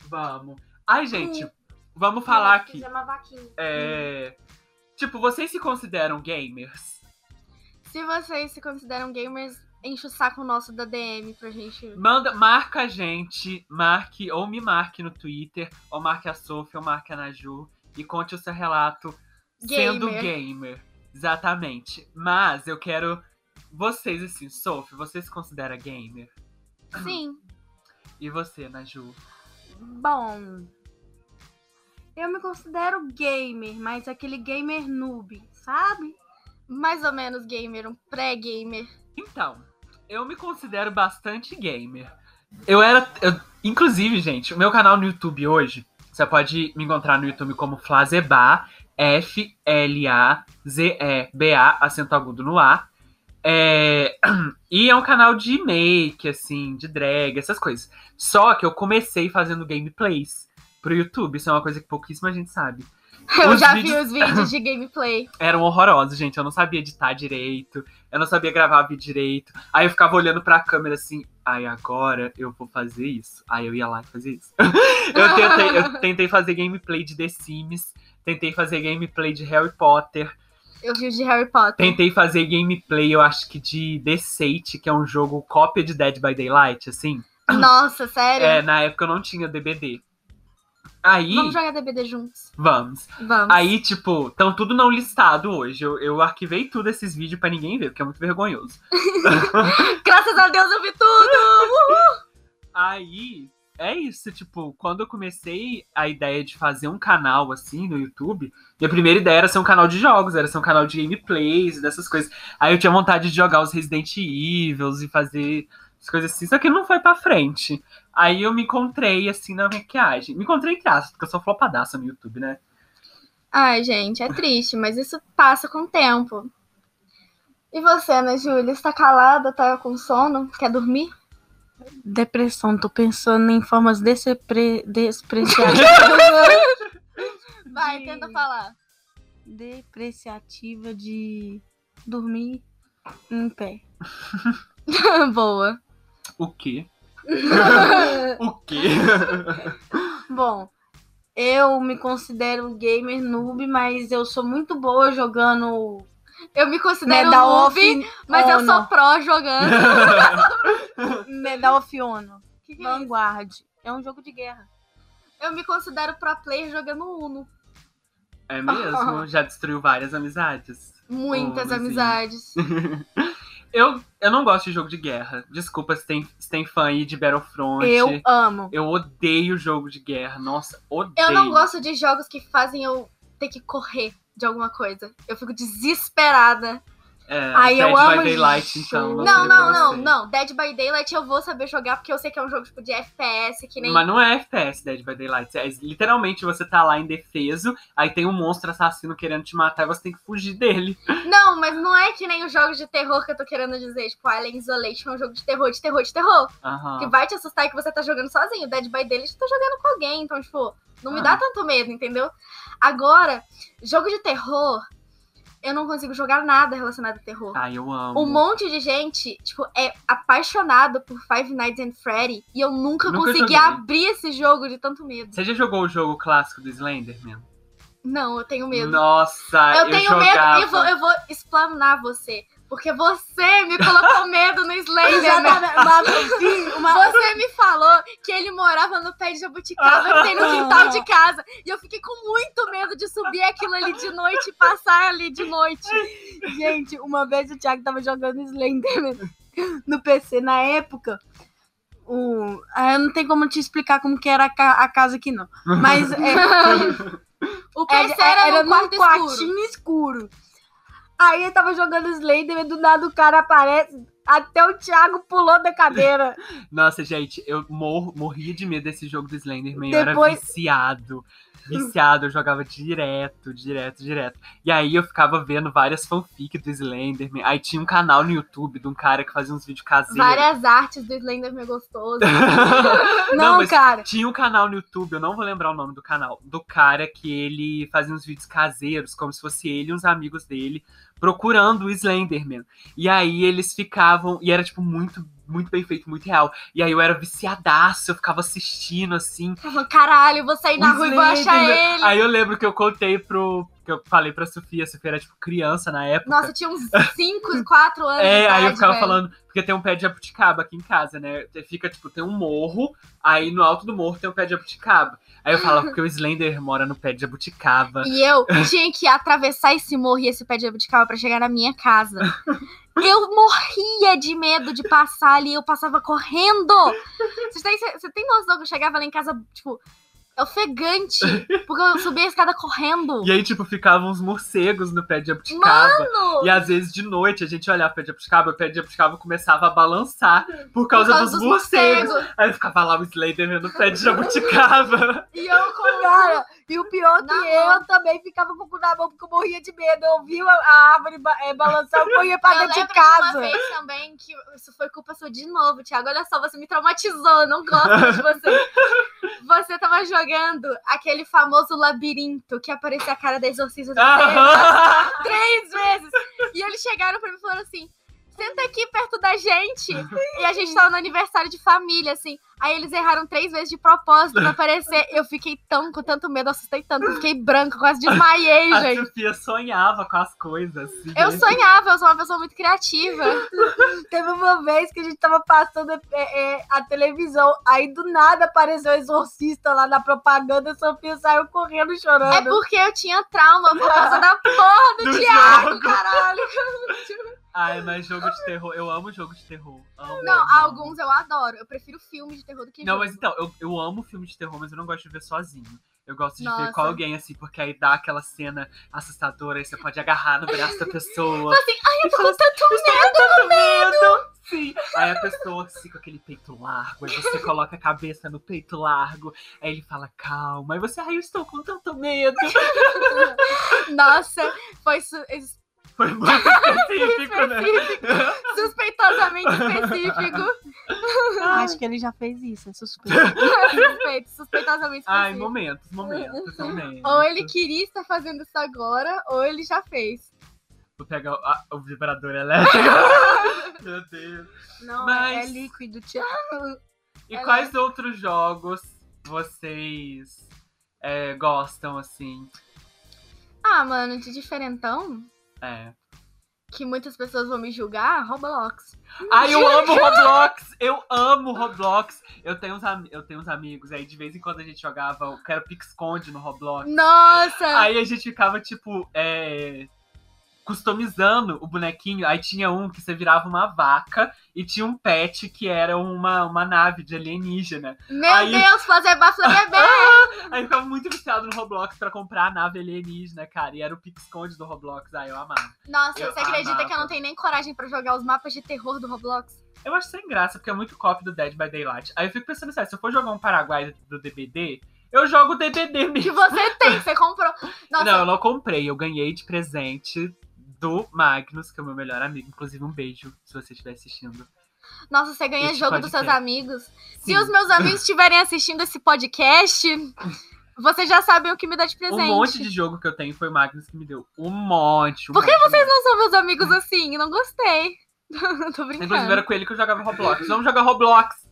Speaker 2: Vamos. Ai, gente, vamos falar aqui.
Speaker 1: Fizer uma vaquinha.
Speaker 2: É, Tipo, vocês se consideram gamers?
Speaker 3: Se vocês se consideram gamers, enche o saco nosso da DM pra gente.
Speaker 2: Manda, marca a gente, marque, ou me marque no Twitter, ou marque a Sofia, ou marque a Naju, e conte o seu relato sendo
Speaker 3: Gamer.
Speaker 2: gamer. Exatamente. Mas eu quero. Vocês, assim, Sofia, você se considera gamer?
Speaker 3: Sim.
Speaker 2: E você, Naju?
Speaker 1: Bom, eu me considero gamer, mas aquele gamer noob, sabe?
Speaker 3: Mais ou menos gamer, um pré-gamer.
Speaker 2: Então, eu me considero bastante gamer. Eu era. eu- inclusive, gente, o meu canal no YouTube hoje, você pode me encontrar no YouTube como Flazeba, F-L-A-Z-E-B-A, acento agudo no A. É, (clears throat) e é um canal de make, assim, de drag, essas coisas. Só que eu comecei fazendo gameplays pro YouTube, isso é uma coisa que pouquíssima gente sabe.
Speaker 3: Eu
Speaker 2: Os
Speaker 3: já vi
Speaker 2: vídeos-
Speaker 3: (laughs) os vídeos de gameplay.
Speaker 2: eram horrorosos, gente. Eu não sabia editar direito, eu não sabia gravar vídeo direito. Aí eu ficava olhando pra câmera assim, ai, agora eu vou fazer isso. Aí eu ia lá e fazia isso. (laughs) eu, tentei, eu tentei fazer gameplay de The Sims, tentei fazer gameplay de Harry Potter,
Speaker 3: Eu vi os de Harry Potter.
Speaker 2: tentei fazer gameplay, eu acho que de The Sate, que é um jogo cópia de Dead by Daylight, assim.
Speaker 3: Nossa, sério?
Speaker 2: É, na época eu não tinha DBD. Aí,
Speaker 3: Vamos jogar DBD juntos.
Speaker 2: vamos.
Speaker 3: Vamos.
Speaker 2: Aí, tipo, estão tudo não listado hoje. Eu, eu arquivei tudo esses vídeos pra ninguém ver, porque é muito vergonhoso.
Speaker 3: Graças a Deus eu vi tudo!
Speaker 2: Aí, é isso, tipo, quando eu comecei a ideia de fazer um canal assim no YouTube, minha primeira ideia era ser um canal de jogos, era ser um canal de gameplays, dessas coisas. Aí eu tinha vontade de jogar os Resident Evils e fazer as coisas assim, só que não foi pra frente. Aí eu me encontrei assim na maquiagem. Me encontrei em traço, porque eu sou flopadaça no YouTube, né?
Speaker 3: Ai, gente, é triste, mas isso passa com o tempo. E você, Ana Júlia, está calada, tá com sono? Quer dormir?
Speaker 1: Depressão, tô pensando em formas desepre... despreciativas.
Speaker 3: (laughs) Vai,
Speaker 1: De-
Speaker 3: tenta falar.
Speaker 1: depreciativa de dormir em pé.
Speaker 3: (laughs)
Speaker 1: (laughs)
Speaker 3: Boa.
Speaker 2: O quê? O quê?
Speaker 1: Bom, eu me considero um gamer noob, mas eu sou muito boa jogando
Speaker 3: Eu me considero um
Speaker 1: Medal of
Speaker 3: é noob,
Speaker 2: Oh,
Speaker 3: mas eu sou
Speaker 1: Honor.
Speaker 3: pró jogando.
Speaker 2: (laughs)
Speaker 1: Medal of Honor,
Speaker 3: Que que é isso?
Speaker 1: Vanguard. É um jogo de guerra.
Speaker 3: Eu me considero pro player jogando Uno.
Speaker 2: É mesmo? Já destruiu várias amizades.
Speaker 3: Muitas
Speaker 2: Unozinho.
Speaker 3: amizades.
Speaker 2: (laughs) Eu, eu não gosto de jogo de guerra. Desculpa se tem, se tem fã aí de Battlefront.
Speaker 1: Eu amo.
Speaker 2: Eu odeio jogo de guerra. Nossa, odeio.
Speaker 3: Eu não gosto de jogos que fazem eu ter que correr. de alguma coisa. Eu fico desesperada.
Speaker 2: É,
Speaker 3: Ai, eu
Speaker 2: Dead
Speaker 3: amo
Speaker 2: by Daylight,
Speaker 1: jogo.
Speaker 2: então.
Speaker 3: Não,
Speaker 2: sei pra
Speaker 3: não, não,
Speaker 2: você.
Speaker 3: não. Dead by Daylight eu vou saber jogar porque eu sei que é um jogo tipo de FPS, que nem.
Speaker 2: Mas não é FPS Dead by Daylight. É literalmente você tá lá indefeso, aí tem um monstro assassino querendo te matar e você tem que fugir dele.
Speaker 3: Não, mas não é que nem os jogos de terror que eu tô querendo dizer. Tipo, Alien Isolation é um jogo de terror, de terror, de terror.
Speaker 2: Aham.
Speaker 3: Que vai te assustar e que você tá jogando sozinho. Dead by Daylight eu tô jogando com alguém. Então, tipo, não me dá
Speaker 2: Ah.
Speaker 3: tanto medo, entendeu? Agora, jogo de terror, eu não consigo jogar nada relacionado a terror.
Speaker 2: Ai, eu amo.
Speaker 3: Um monte de gente, tipo, é apaixonado por Five Nights at Freddy e eu nunca,
Speaker 2: Nunca
Speaker 3: consegui
Speaker 2: joguei.
Speaker 3: abrir esse jogo de tanto medo.
Speaker 2: Você já jogou o jogo clássico do Slenderman?
Speaker 3: Não, eu tenho medo.
Speaker 2: Nossa,
Speaker 3: eu,
Speaker 2: eu,
Speaker 3: tenho
Speaker 2: jogava.
Speaker 3: medo e vou, eu vou explanar você. Porque você me colocou medo no
Speaker 2: (laughs)
Speaker 3: né? Slenderman.
Speaker 1: Exatamente. Uma vez, sim, uma-
Speaker 3: Você me falou que ele morava no pé de jabuticaba que tem no quintal de casa. E eu fiquei com muito medo de subir aquilo ali de noite e passar ali de noite.
Speaker 1: Gente, uma vez o Thiago tava jogando Slenderman (laughs) no PC na época. O... ah, Eu não tenho como te explicar como que era a ca- a casa aqui, não. Mas é,
Speaker 3: (laughs) O
Speaker 1: Era,
Speaker 3: PC era,
Speaker 1: era
Speaker 3: num quarto, escuro.
Speaker 1: quartinho escuro. Aí eu tava jogando Slenderman, do nada o cara aparece, até o Thiago pulou da cadeira.
Speaker 2: Nossa, gente, eu mor morria de medo desse jogo do Slenderman. Eu era
Speaker 1: Depois-
Speaker 2: viciado. Viciado, eu jogava direto, direto, direto. E aí eu ficava vendo várias fanfics do Slenderman. Aí tinha um canal no YouTube de um cara que fazia uns vídeos caseiros.
Speaker 3: Várias artes do
Speaker 2: (laughs)
Speaker 3: Slenderman gostoso.
Speaker 1: Não,
Speaker 2: Não, mas-
Speaker 1: cara.
Speaker 2: Tinha um canal no YouTube, eu não vou lembrar o nome do canal, do cara que ele fazia uns vídeos caseiros, como se fosse ele e uns amigos dele, procurando o Slenderman. E aí eles ficavam. E era, tipo, muito, muito bem feito, muito real. E aí eu era viciadaço, eu ficava assistindo, assim.
Speaker 3: Eu falava, Caralho, vou sair na
Speaker 2: O
Speaker 3: rua e vou achar
Speaker 2: Slenderman.
Speaker 3: ele.
Speaker 2: Aí eu lembro que eu contei pro. que eu falei pra Sofia, a Sofia era, tipo, criança na época.
Speaker 3: Nossa, eu tinha uns 5, 4 anos. de
Speaker 2: É,
Speaker 3: idade,
Speaker 2: aí eu ficava
Speaker 3: velho.
Speaker 2: falando, porque tem um pé de jabuticaba aqui em casa, né? Te- Fica, tipo, tem um morro, aí no alto do morro tem um pé de jabuticaba. Aí eu falava, porque o Slender mora no pé de jabuticaba.
Speaker 3: E eu tinha que atravessar esse morro e esse pé de jabuticaba pra chegar na minha casa. Eu morria de medo de passar ali, eu passava correndo. Você tem, você tem noção que eu chegava lá em casa, tipo, ofegante, porque eu subia a escada correndo.
Speaker 2: E aí, tipo, ficavam uns morcegos no pé de jabuticaba.
Speaker 3: Mano!
Speaker 2: E às vezes de noite a gente olhava o pé de jabuticaba, o pé de jabuticaba começava a balançar por causa, dos, morcegos. Aí ficava lá o Slender no pé de jabuticaba.
Speaker 3: E eu com
Speaker 1: Cara, e o pior é que
Speaker 3: Na
Speaker 1: eu também ficava com o cu na mão, porque eu morria de medo. Eu ouvi a, a árvore ba- é, balançar, eu corria pra
Speaker 3: eu
Speaker 1: dentro de
Speaker 3: lembro de
Speaker 1: casa.
Speaker 3: uma vez também que isso foi culpa sua de novo, Thiago. Olha só, você me traumatizou, eu não gosto de você. Você tava jogando aquele famoso labirinto que aparecia a cara da exorcista de
Speaker 2: Ah. Aham.
Speaker 3: três vezes. E eles chegaram pra mim e falaram assim: senta aqui perto da gente. E a gente tava no aniversário de família, assim. Aí eles erraram três vezes de propósito pra aparecer. Eu fiquei tão com tanto medo, assustei tanto, fiquei branca,
Speaker 2: (laughs)
Speaker 3: quase desmaiei,
Speaker 2: A
Speaker 3: gente.
Speaker 2: Sofia sonhava com as coisas. assim,
Speaker 3: Eu
Speaker 2: né?
Speaker 3: sonhava, eu sou uma pessoa muito criativa. É
Speaker 1: Teve uma vez que a gente tava passando é, é, a televisão, aí do nada apareceu o exorcista lá na propaganda, a Sofia saiu correndo
Speaker 3: É
Speaker 1: chorando.
Speaker 3: porque eu tinha trauma por causa da porra do, um.
Speaker 2: Do
Speaker 3: Thiago,
Speaker 2: jogo.
Speaker 3: caralho.
Speaker 2: Ai, mas jogo de terror, eu amo jogo de terror. Amo,
Speaker 3: Não, tipo
Speaker 2: amo, amo.
Speaker 3: alguns eu adoro. Eu prefiro filmes de terror do que
Speaker 2: Não,
Speaker 3: jogo.
Speaker 2: mas então, eu, eu amo filme de terror, mas eu não gosto de ver sozinho. Eu gosto de ver com
Speaker 3: Nossa.
Speaker 2: alguém, assim, porque aí dá aquela cena assustadora, aí você pode agarrar no braço da pessoa.
Speaker 3: Mas assim, ai, eu tô com tanto medo.
Speaker 2: Tanto medo! Sim. Aí a pessoa fica com aquele peito largo, aí você coloca a cabeça no peito largo, aí ele fala, calma, aí você, ai, eu estou com tanto medo.
Speaker 3: Nossa, foi su-
Speaker 2: Foi muito
Speaker 3: (laughs)
Speaker 2: específico, né?
Speaker 3: suspeitosamente
Speaker 2: (laughs)
Speaker 3: específico. É,
Speaker 1: Acho que ele já fez isso, é suspeito.
Speaker 3: Suspeito, suspeitosamente
Speaker 2: Ai,
Speaker 3: específico.
Speaker 2: momentos, momentos, momentos.
Speaker 3: Uhum. ou ele queria estar fazendo isso agora, ou ele já fez.
Speaker 2: Vou pegar o, ah, o vibrador elétrico. (laughs) Meu Deus.
Speaker 1: Não,
Speaker 2: Mas-
Speaker 1: é, é líquido, Thiago.
Speaker 2: E
Speaker 3: Ela-
Speaker 2: quais outros jogos vocês é, gostam, assim?
Speaker 3: Ah, mano, de diferentão,
Speaker 2: É.
Speaker 3: que muitas pessoas vão me julgar, Roblox.
Speaker 2: Ai, eu amo Roblox! Eu amo Roblox! Eu tenho, uns, am- eu tenho uns amigos aí, de vez em quando a gente jogava, eu quero pique-esconde no Roblox.
Speaker 3: Nossa!
Speaker 2: Aí a gente ficava, tipo, é, customizando o bonequinho. Aí tinha um que você virava uma vaca e tinha um pet que era uma, uma nave de alienígena.
Speaker 3: Meu
Speaker 2: Aí-
Speaker 3: Deus, fazer bafo da
Speaker 2: (laughs)
Speaker 3: bebê!
Speaker 2: Aí eu ficava muito viciado no Roblox pra comprar a nave alienígena, cara. E era o pique esconde do Roblox. Aí eu amava.
Speaker 3: Nossa,
Speaker 2: Eu Ah,
Speaker 3: você acredita
Speaker 2: amava.
Speaker 3: que eu não tenho nem coragem pra jogar os mapas de terror do Roblox?
Speaker 2: Eu acho sem graça, porque é muito copy do Dead by Daylight. Aí eu fico pensando, sério, se eu for jogar um Paraguai do DBD, eu jogo o DBD
Speaker 3: Que
Speaker 2: mesmo. (laughs)
Speaker 3: você tem, você comprou. Nossa,
Speaker 2: Não, eu não comprei, eu ganhei de presente do Magnus, que é o meu melhor amigo. Inclusive, um beijo se você estiver assistindo.
Speaker 3: nossa você ganha
Speaker 2: Esse
Speaker 3: jogo dos seus
Speaker 2: podcast. é-
Speaker 3: amigos.
Speaker 2: Sim,
Speaker 3: Se os meus amigos estiverem assistindo esse podcast, vocês já sabem o que me dá de presente.
Speaker 2: um monte de jogo que eu tenho foi o Magnus que me deu. Um monte. Um
Speaker 3: Por que
Speaker 2: monte, um monte.
Speaker 3: Não são meus amigos assim, não gostei. (laughs) Tô brincando.
Speaker 2: Inclusive, era com ele que eu jogava Roblox. Vamos jogar Roblox!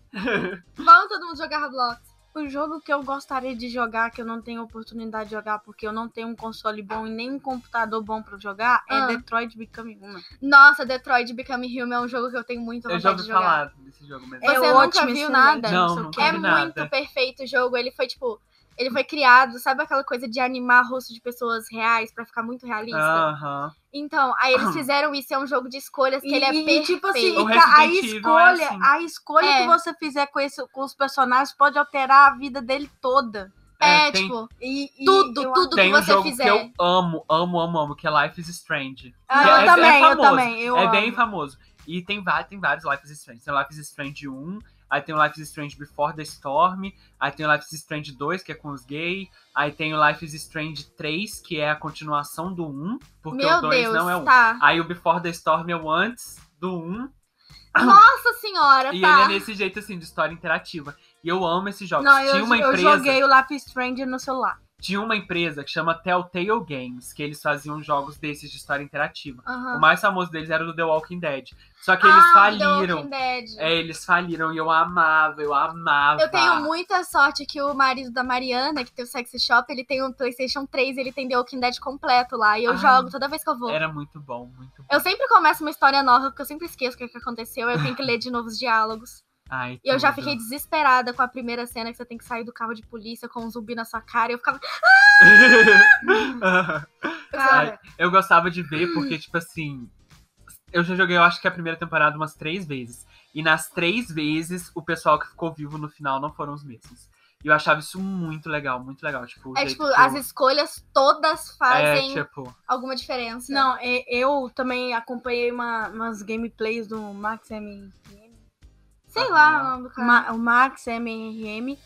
Speaker 3: Vamos todo mundo jogar Roblox.
Speaker 1: O um jogo que eu gostaria de jogar, que eu não tenho oportunidade de jogar, porque eu não tenho um console bom e nem um computador bom pra jogar,
Speaker 3: Ah.
Speaker 1: é Detroit Become Human.
Speaker 3: Nossa, Detroit Become Human é um jogo que eu tenho muito
Speaker 2: Eu já
Speaker 3: vontade
Speaker 2: ouvi
Speaker 3: de jogar.
Speaker 2: falar desse jogo mesmo.
Speaker 3: Você
Speaker 1: É
Speaker 3: nunca
Speaker 1: ótimo,
Speaker 3: viu
Speaker 1: excelente,
Speaker 3: nada?
Speaker 2: Não,
Speaker 1: sei o
Speaker 2: nunca
Speaker 1: quê.
Speaker 3: É
Speaker 2: vi nada.
Speaker 3: muito perfeito o jogo. Ele foi tipo. Ele foi criado, sabe aquela coisa de animar rosto de pessoas reais pra ficar muito realista?
Speaker 2: Aham.
Speaker 3: Então,
Speaker 2: (clears throat)
Speaker 3: aí eles fizeram isso, é um jogo de escolhas que
Speaker 1: E,
Speaker 3: ele é
Speaker 1: e,
Speaker 3: perfeito.
Speaker 1: tipo assim,
Speaker 2: O
Speaker 1: e ca- a
Speaker 2: Resident Evil é
Speaker 1: escolha,
Speaker 2: assim.
Speaker 1: a escolha
Speaker 3: É.
Speaker 1: que você fizer com, esse, com os personagens pode alterar a vida dele toda.
Speaker 3: é,
Speaker 2: tem,
Speaker 3: tipo,
Speaker 1: E, e
Speaker 3: tudo,
Speaker 1: eu-
Speaker 3: tudo
Speaker 2: tem
Speaker 3: que
Speaker 2: um
Speaker 3: você
Speaker 2: jogo
Speaker 3: fizer.
Speaker 2: que eu amo, amo, amo, amo, que é Life is Strange.
Speaker 1: Ah,
Speaker 2: É-
Speaker 1: eu,
Speaker 2: é- é
Speaker 1: também, eu
Speaker 2: famoso,
Speaker 1: também, eu
Speaker 2: é
Speaker 1: amo.
Speaker 2: bem famoso. E tem, va- tem vários Life is Strange. Tem o Life is Strange 1, aí tem o Life is Strange Before the Storm, aí tem o Life is Strange 2, que é com os gays, aí tem o Life is Strange 3, que é a continuação do 1, porque
Speaker 3: Meu
Speaker 2: o 2
Speaker 3: Deus,
Speaker 2: não é o 1.
Speaker 3: tá.
Speaker 2: Aí o Before the Storm é o antes do 1,
Speaker 3: Nossa senhora,
Speaker 2: e
Speaker 3: tá.
Speaker 2: ele é desse jeito assim, de história interativa. E eu amo esse jogo.
Speaker 1: Não,
Speaker 2: Tinha
Speaker 1: eu,
Speaker 2: uma
Speaker 1: eu
Speaker 2: empresa.
Speaker 1: joguei o Life is Strange no celular.
Speaker 2: Tinha uma empresa que chama Telltale Games, que eles faziam jogos desses de história interativa.
Speaker 3: Aham.
Speaker 2: O mais famoso deles era o do The Walking Dead. Só é que eles
Speaker 3: Ah, The
Speaker 2: faliram.
Speaker 3: Walking Dead.
Speaker 2: É, tá. eles faliram e eu amava, eu amava.
Speaker 3: Eu tenho muita sorte que o marido da Mariana, que tem o sexy shop, ele tem o PlayStation 3, ele tem The Walking Dead completo lá. E eu
Speaker 2: Ah.
Speaker 3: jogo toda vez que eu vou.
Speaker 2: Era muito bom, muito bom.
Speaker 3: Eu sempre começo uma história nova, porque eu sempre esqueço o que, que aconteceu. Eu tenho que ler de novo os diálogos.
Speaker 2: Ai,
Speaker 3: E eu já
Speaker 2: tudo. (laughs)
Speaker 3: fiquei desesperada com a primeira cena que você tem que sair do carro de polícia com um zumbi na sua cara. E eu ficava. é.
Speaker 1: Cara,
Speaker 2: eu gostava de ver
Speaker 1: Hum.
Speaker 2: porque, tipo assim. Eu já joguei, eu acho que a primeira temporada umas três vezes. E nas três vezes, o pessoal que ficou vivo no final não foram os mesmos. E eu achava isso muito legal, muito legal. Tipo, o
Speaker 3: É
Speaker 2: jeito
Speaker 3: tipo,
Speaker 2: que
Speaker 3: as
Speaker 2: o-
Speaker 3: escolhas todas
Speaker 2: É,
Speaker 3: fazem
Speaker 2: tipo,
Speaker 3: alguma diferença.
Speaker 1: não, e- eu também acompanhei uma- umas gameplays do Max M.
Speaker 3: Sei lá
Speaker 2: Ah,
Speaker 3: o nome do cara.
Speaker 1: Ma- o Max MRM.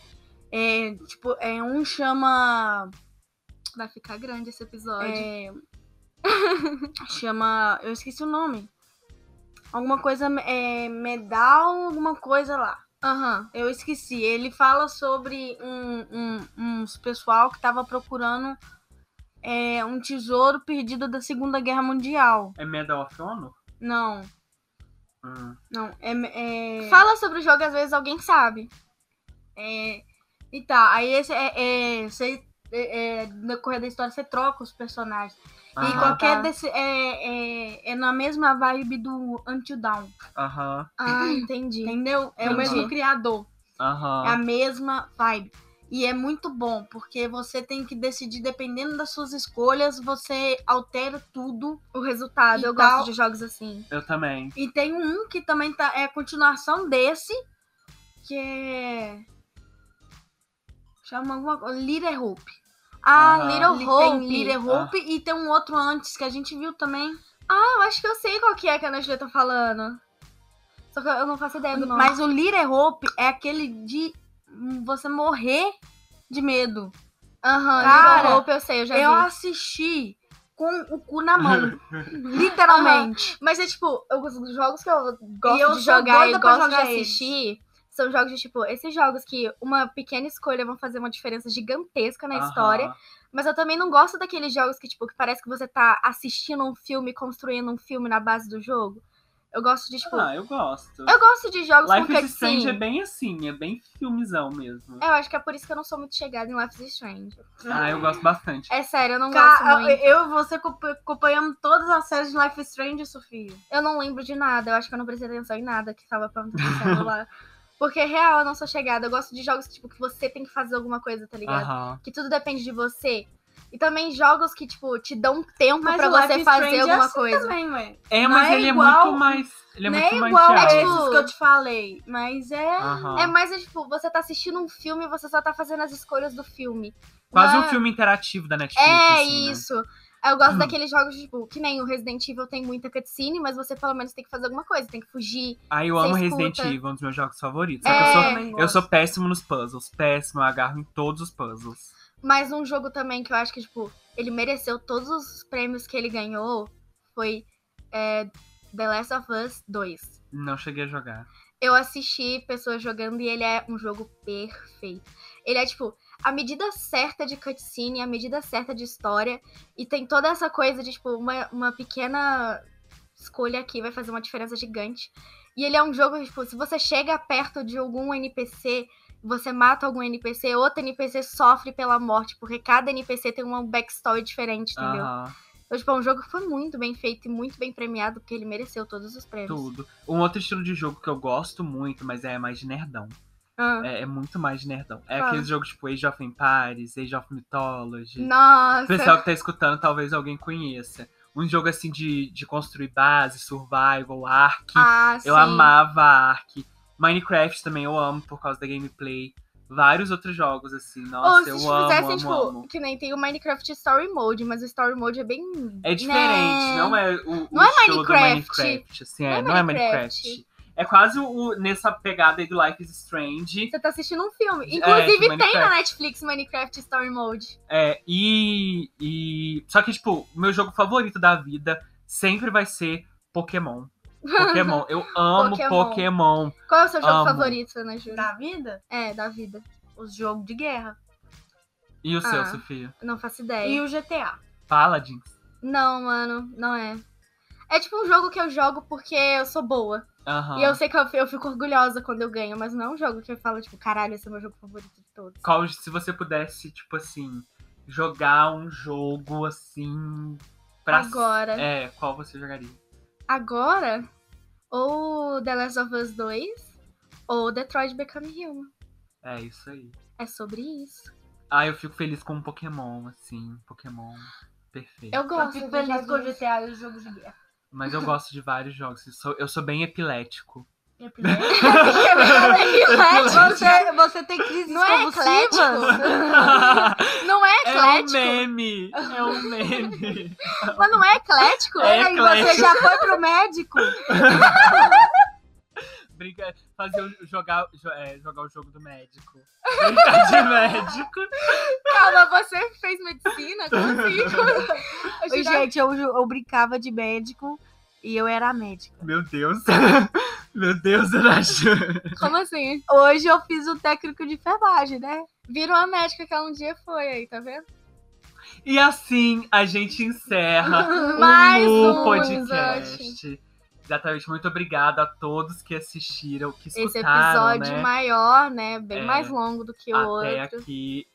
Speaker 1: É, tipo, é, um chama.
Speaker 3: Vai ficar grande esse episódio.
Speaker 1: é, chama. Eu esqueci o nome. Alguma coisa. É, medal, alguma coisa lá.
Speaker 3: Aham.
Speaker 1: Eu esqueci. Ele fala sobre um, um- uns pessoal que tava procurando é, um tesouro perdido da Segunda Guerra Mundial.
Speaker 2: é Medal of Honor?
Speaker 1: Não,
Speaker 2: Hum.
Speaker 1: não. É. é...
Speaker 3: Fala sobre o jogo, às vezes alguém sabe.
Speaker 1: É, e tá, aí esse é, é, você, é, é, no decorrer da história você troca os personagens. e
Speaker 2: Aham,
Speaker 1: qualquer
Speaker 3: tá.
Speaker 1: desse. É, é, é na mesma vibe do Until Down.
Speaker 2: aham,
Speaker 3: (clears throat) Ah, entendi.
Speaker 1: Entendeu? É o
Speaker 2: Entendi.
Speaker 1: mesmo criador. É a
Speaker 2: aham.
Speaker 1: mesma vibe. E é muito bom, porque você tem que decidir, dependendo das suas escolhas, você altera tudo.
Speaker 3: O resultado,
Speaker 1: E
Speaker 3: eu
Speaker 1: tal.
Speaker 3: gosto de jogos assim.
Speaker 2: Eu também.
Speaker 1: E tem um que também tá, é a continuação desse, que é. Chama alguma coisa. Little Hope.
Speaker 3: Ah,
Speaker 2: Aham.
Speaker 1: Li-
Speaker 3: Little
Speaker 1: Tem
Speaker 3: Hope.
Speaker 1: Little Hope e tem um outro antes que a gente viu também.
Speaker 3: Ah, eu acho que eu sei qual que é que a Ana Julia tá falando. Só que eu não faço ideia do nome.
Speaker 1: Mas o Little Hope é aquele de hum, você morrer de medo.
Speaker 3: Aham,
Speaker 1: Cara,
Speaker 3: Little Hope eu sei, eu já
Speaker 1: Eu
Speaker 3: vi.
Speaker 1: assisti com o cu
Speaker 2: (laughs)
Speaker 1: na mão. literalmente.
Speaker 3: Mas é tipo, eu- os jogos que eu gosto
Speaker 1: E eu
Speaker 3: de
Speaker 1: sou
Speaker 3: jogar e
Speaker 1: doida pra
Speaker 3: gosto de
Speaker 1: jogar eles.
Speaker 3: assistir são jogos de tipo, esses jogos que uma pequena escolha vão fazer uma diferença gigantesca na
Speaker 2: Aham.
Speaker 3: história. Mas eu também não gosto daqueles jogos que, tipo, que parece que você tá assistindo um filme, construindo um filme na base do jogo. Eu gosto de, tipo.
Speaker 2: Ah, eu gosto.
Speaker 3: Eu gosto de jogos com
Speaker 2: Life is Strange é
Speaker 3: cutscene.
Speaker 2: bem assim, é bem filmezão mesmo.
Speaker 3: Eu acho que é por isso que eu não sou muito chegada em Life is Strange.
Speaker 2: Ah, eu gosto bastante.
Speaker 3: É sério, eu não
Speaker 1: Ca-
Speaker 3: gosto muito.
Speaker 1: eu e você co- acompanhamos todas as séries de Life is Strange, Sofia.
Speaker 3: Eu não lembro de nada, eu acho que eu não prestei atenção em nada que tava acontecendo
Speaker 2: (laughs)
Speaker 3: lá. Porque, real, eu não sou chegada. Eu gosto de jogos, tipo, que você tem que fazer alguma coisa, tá ligado?
Speaker 2: Aham.
Speaker 3: Que tudo depende de você. E também jogos que, tipo, te dão tempo
Speaker 1: Mas
Speaker 3: pra
Speaker 1: o
Speaker 3: você
Speaker 1: Life is
Speaker 3: fazer
Speaker 1: Strange é
Speaker 3: alguma
Speaker 1: assim
Speaker 3: coisa.
Speaker 1: também, ué.
Speaker 2: É,
Speaker 1: Não
Speaker 2: mas
Speaker 1: é
Speaker 2: ele é
Speaker 1: igual-
Speaker 2: muito mais. Ele é
Speaker 1: Não
Speaker 2: muito
Speaker 1: é
Speaker 2: mais
Speaker 1: igual a
Speaker 2: teatro.
Speaker 3: tipo,
Speaker 1: esses que eu te falei, mas é.
Speaker 2: Aham.
Speaker 3: É mais, é, tipo, você tá assistindo um filme e você só tá fazendo as escolhas do filme.
Speaker 2: Quase
Speaker 3: Não
Speaker 2: um filme interativo da Netflix.
Speaker 3: Ah. É
Speaker 2: assim, né?
Speaker 3: isso. Eu
Speaker 2: (clears throat)
Speaker 3: gosto
Speaker 2: Hum.
Speaker 3: daqueles jogos, tipo, que nem o Resident Evil tem muita cutscene, mas você pelo menos tem que fazer alguma coisa, tem que fugir.
Speaker 2: Aí eu
Speaker 3: Você
Speaker 2: amo
Speaker 3: escuta.
Speaker 2: Resident Evil, um dos meus jogos favoritos. Só
Speaker 3: É.
Speaker 2: que eu sou,
Speaker 1: também
Speaker 2: eu
Speaker 1: gosto.
Speaker 2: sou péssimo nos puzzles. Péssimo, eu agarro em todos os puzzles.
Speaker 3: Mas um jogo também que eu acho que, tipo, ele mereceu todos os prêmios que ele ganhou foi é, The Last of Us 2.
Speaker 2: Não cheguei a jogar.
Speaker 3: Eu assisti pessoas jogando e ele é um jogo perfeito. Ele é, tipo, a medida certa de cutscene, a medida certa de história. E tem toda essa coisa de, tipo, uma, uma pequena escolha aqui vai fazer uma diferença gigante. E ele é um jogo, tipo, se você chega perto de algum NPC, você mata algum NPC, outro NPC sofre pela morte, porque cada NPC tem uma backstory diferente, entendeu?
Speaker 2: Aham,
Speaker 3: Então, tipo, é um jogo que foi muito bem feito e muito bem premiado, porque ele mereceu todos os prêmios.
Speaker 2: tudo. Um outro estilo de jogo que eu gosto muito, mas é mais de nerdão.
Speaker 3: Ah.
Speaker 2: É, é muito mais de nerdão. É
Speaker 3: Qual?
Speaker 2: aqueles jogos tipo Age of Empires, Age of Mythology. O
Speaker 3: Nossa!
Speaker 2: pessoal que tá escutando, talvez alguém conheça. Um jogo assim de, de construir base, survival, Ark.
Speaker 3: Ah,
Speaker 2: eu
Speaker 3: sim.
Speaker 2: amava Ark. Minecraft também eu amo por causa da gameplay. Vários outros jogos, assim.
Speaker 3: Ou
Speaker 2: Nossa,
Speaker 3: se
Speaker 2: eu
Speaker 3: fizessem,
Speaker 2: amo, amo,
Speaker 3: tipo,
Speaker 2: amo.
Speaker 3: que nem tem o Minecraft Story Mode, mas o Story Mode é bem. né?
Speaker 2: É diferente, não é o, o
Speaker 3: Não é
Speaker 2: estilo
Speaker 3: Minecraft.
Speaker 2: do Minecraft, assim,
Speaker 3: Não
Speaker 2: é,
Speaker 3: é
Speaker 2: não é
Speaker 3: Minecraft.
Speaker 2: Minecraft. É quase o, nessa pegada aí do Life is Strange.
Speaker 3: Você tá assistindo um filme.
Speaker 2: É,
Speaker 3: Inclusive,
Speaker 2: de
Speaker 3: tem na
Speaker 2: Minecraft.
Speaker 3: Netflix Minecraft Story Mode.
Speaker 2: É, e, e. Só que, tipo, meu jogo favorito da vida sempre vai ser
Speaker 3: (laughs)
Speaker 2: Pokémon. Pokémon. Eu amo
Speaker 3: Pokémon.
Speaker 2: Pokémon.
Speaker 3: Qual é o seu jogo
Speaker 2: Amo.
Speaker 3: favorito, Ana Júlia?
Speaker 1: Da vida?
Speaker 3: É, da vida.
Speaker 1: Os jogos de guerra.
Speaker 2: E o seu,
Speaker 3: Ah.
Speaker 2: Sofia?
Speaker 3: Não faço ideia.
Speaker 1: E o GTA.
Speaker 2: Paladins.
Speaker 3: Não, mano, não é. É tipo um jogo que eu jogo porque eu sou boa.
Speaker 2: Aham.
Speaker 3: E eu sei que eu, eu fico orgulhosa quando eu ganho, mas não é um jogo que eu falo, tipo, caralho, esse é o meu jogo favorito de todos.
Speaker 2: Qual, se você pudesse, tipo assim, jogar um jogo assim. Pra...
Speaker 3: Agora.
Speaker 2: É, qual você jogaria?
Speaker 3: Agora, ou The Last of Us 2, ou Detroit Become Human.
Speaker 2: É isso aí.
Speaker 3: É sobre
Speaker 2: (laughs)
Speaker 3: isso.
Speaker 2: Ah, eu fico feliz com um Pokémon, assim, Pokémon perfeito.
Speaker 3: Eu
Speaker 1: Eu
Speaker 3: gosto.
Speaker 1: fico
Speaker 3: dos
Speaker 1: feliz com o
Speaker 3: joguinhos.
Speaker 1: GTA e os jogos de guerra.
Speaker 2: Mas eu gosto de vários jogos. Eu sou, eu sou bem epilético.
Speaker 1: É primeiro.
Speaker 3: Ela (laughs) é (laughs)
Speaker 1: Você,
Speaker 3: eclética.
Speaker 1: você tem crises
Speaker 3: Não é
Speaker 1: convulsivas?
Speaker 2: (laughs) é
Speaker 3: Não é
Speaker 2: um
Speaker 3: eclético?
Speaker 2: meme! É um meme!
Speaker 3: Mas não é eclético?
Speaker 2: É
Speaker 1: Peraí, você
Speaker 2: eclético.
Speaker 1: já foi pro médico?
Speaker 2: Brinca, fazer o- jogar, jo- é, jogar o jogo do médico. Brincar de (laughs) médico.
Speaker 3: Calma, você fez medicina? Como
Speaker 2: (laughs)
Speaker 3: assim? Eu
Speaker 1: Oi,
Speaker 3: jurava-
Speaker 1: gente, eu, ju- eu brincava de médico e eu era médico.
Speaker 2: Meu Deus. (laughs) Meu Deus, eu acho.
Speaker 3: Como assim?
Speaker 1: Hoje eu fiz o técnico de enfermagem, né?
Speaker 3: Virou a médica que ela um dia foi aí, tá vendo?
Speaker 2: E assim a gente encerra
Speaker 3: (laughs) Mais
Speaker 2: o
Speaker 3: um
Speaker 2: podcast. Exatamente. Muito obrigada a todos que assistiram, que
Speaker 3: Esse
Speaker 2: escutaram,
Speaker 3: episódio
Speaker 2: né?
Speaker 3: maior, né? Bem
Speaker 2: É.
Speaker 3: mais longo do que o
Speaker 2: Até
Speaker 3: outro.
Speaker 2: aqui.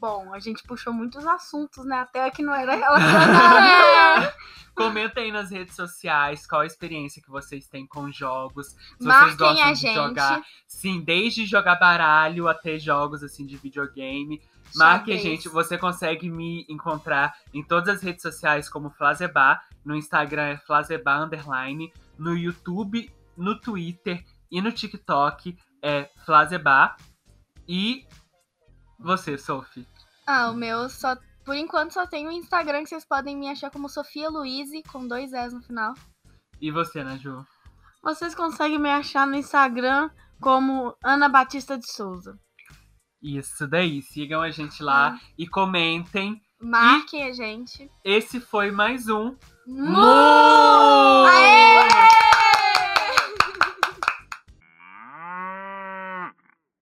Speaker 1: Bom, a gente puxou muitos assuntos, né? Até que não era
Speaker 3: (laughs)
Speaker 1: relacionado.
Speaker 3: Ah, É.
Speaker 2: Comenta aí nas redes sociais qual a experiência que vocês têm com jogos. (laughs) Se vocês
Speaker 3: Marquem
Speaker 2: gostam
Speaker 3: a
Speaker 2: de
Speaker 3: gente.
Speaker 2: jogar. Sim, desde jogar baralho até jogos assim de videogame. Marque a
Speaker 3: Xadrez.
Speaker 2: gente. Você consegue me encontrar em todas as redes sociais como Flazeba. No Instagram é Flazeba Underline. No YouTube, no Twitter e no TikTok é Flazeba. E você, Sophie.
Speaker 3: Ah, o meu só. Por enquanto só tem o Instagram que vocês podem me achar como Sofia Luize, com dois S no final.
Speaker 2: E você, Naju?
Speaker 1: Vocês conseguem me achar no Instagram como Ana Batista de Souza.
Speaker 2: Isso daí. Sigam a gente
Speaker 3: Hum.
Speaker 2: lá e comentem.
Speaker 3: Marquem a gente.
Speaker 2: Esse foi mais um.
Speaker 3: Mu-
Speaker 2: Mu!
Speaker 3: Aê!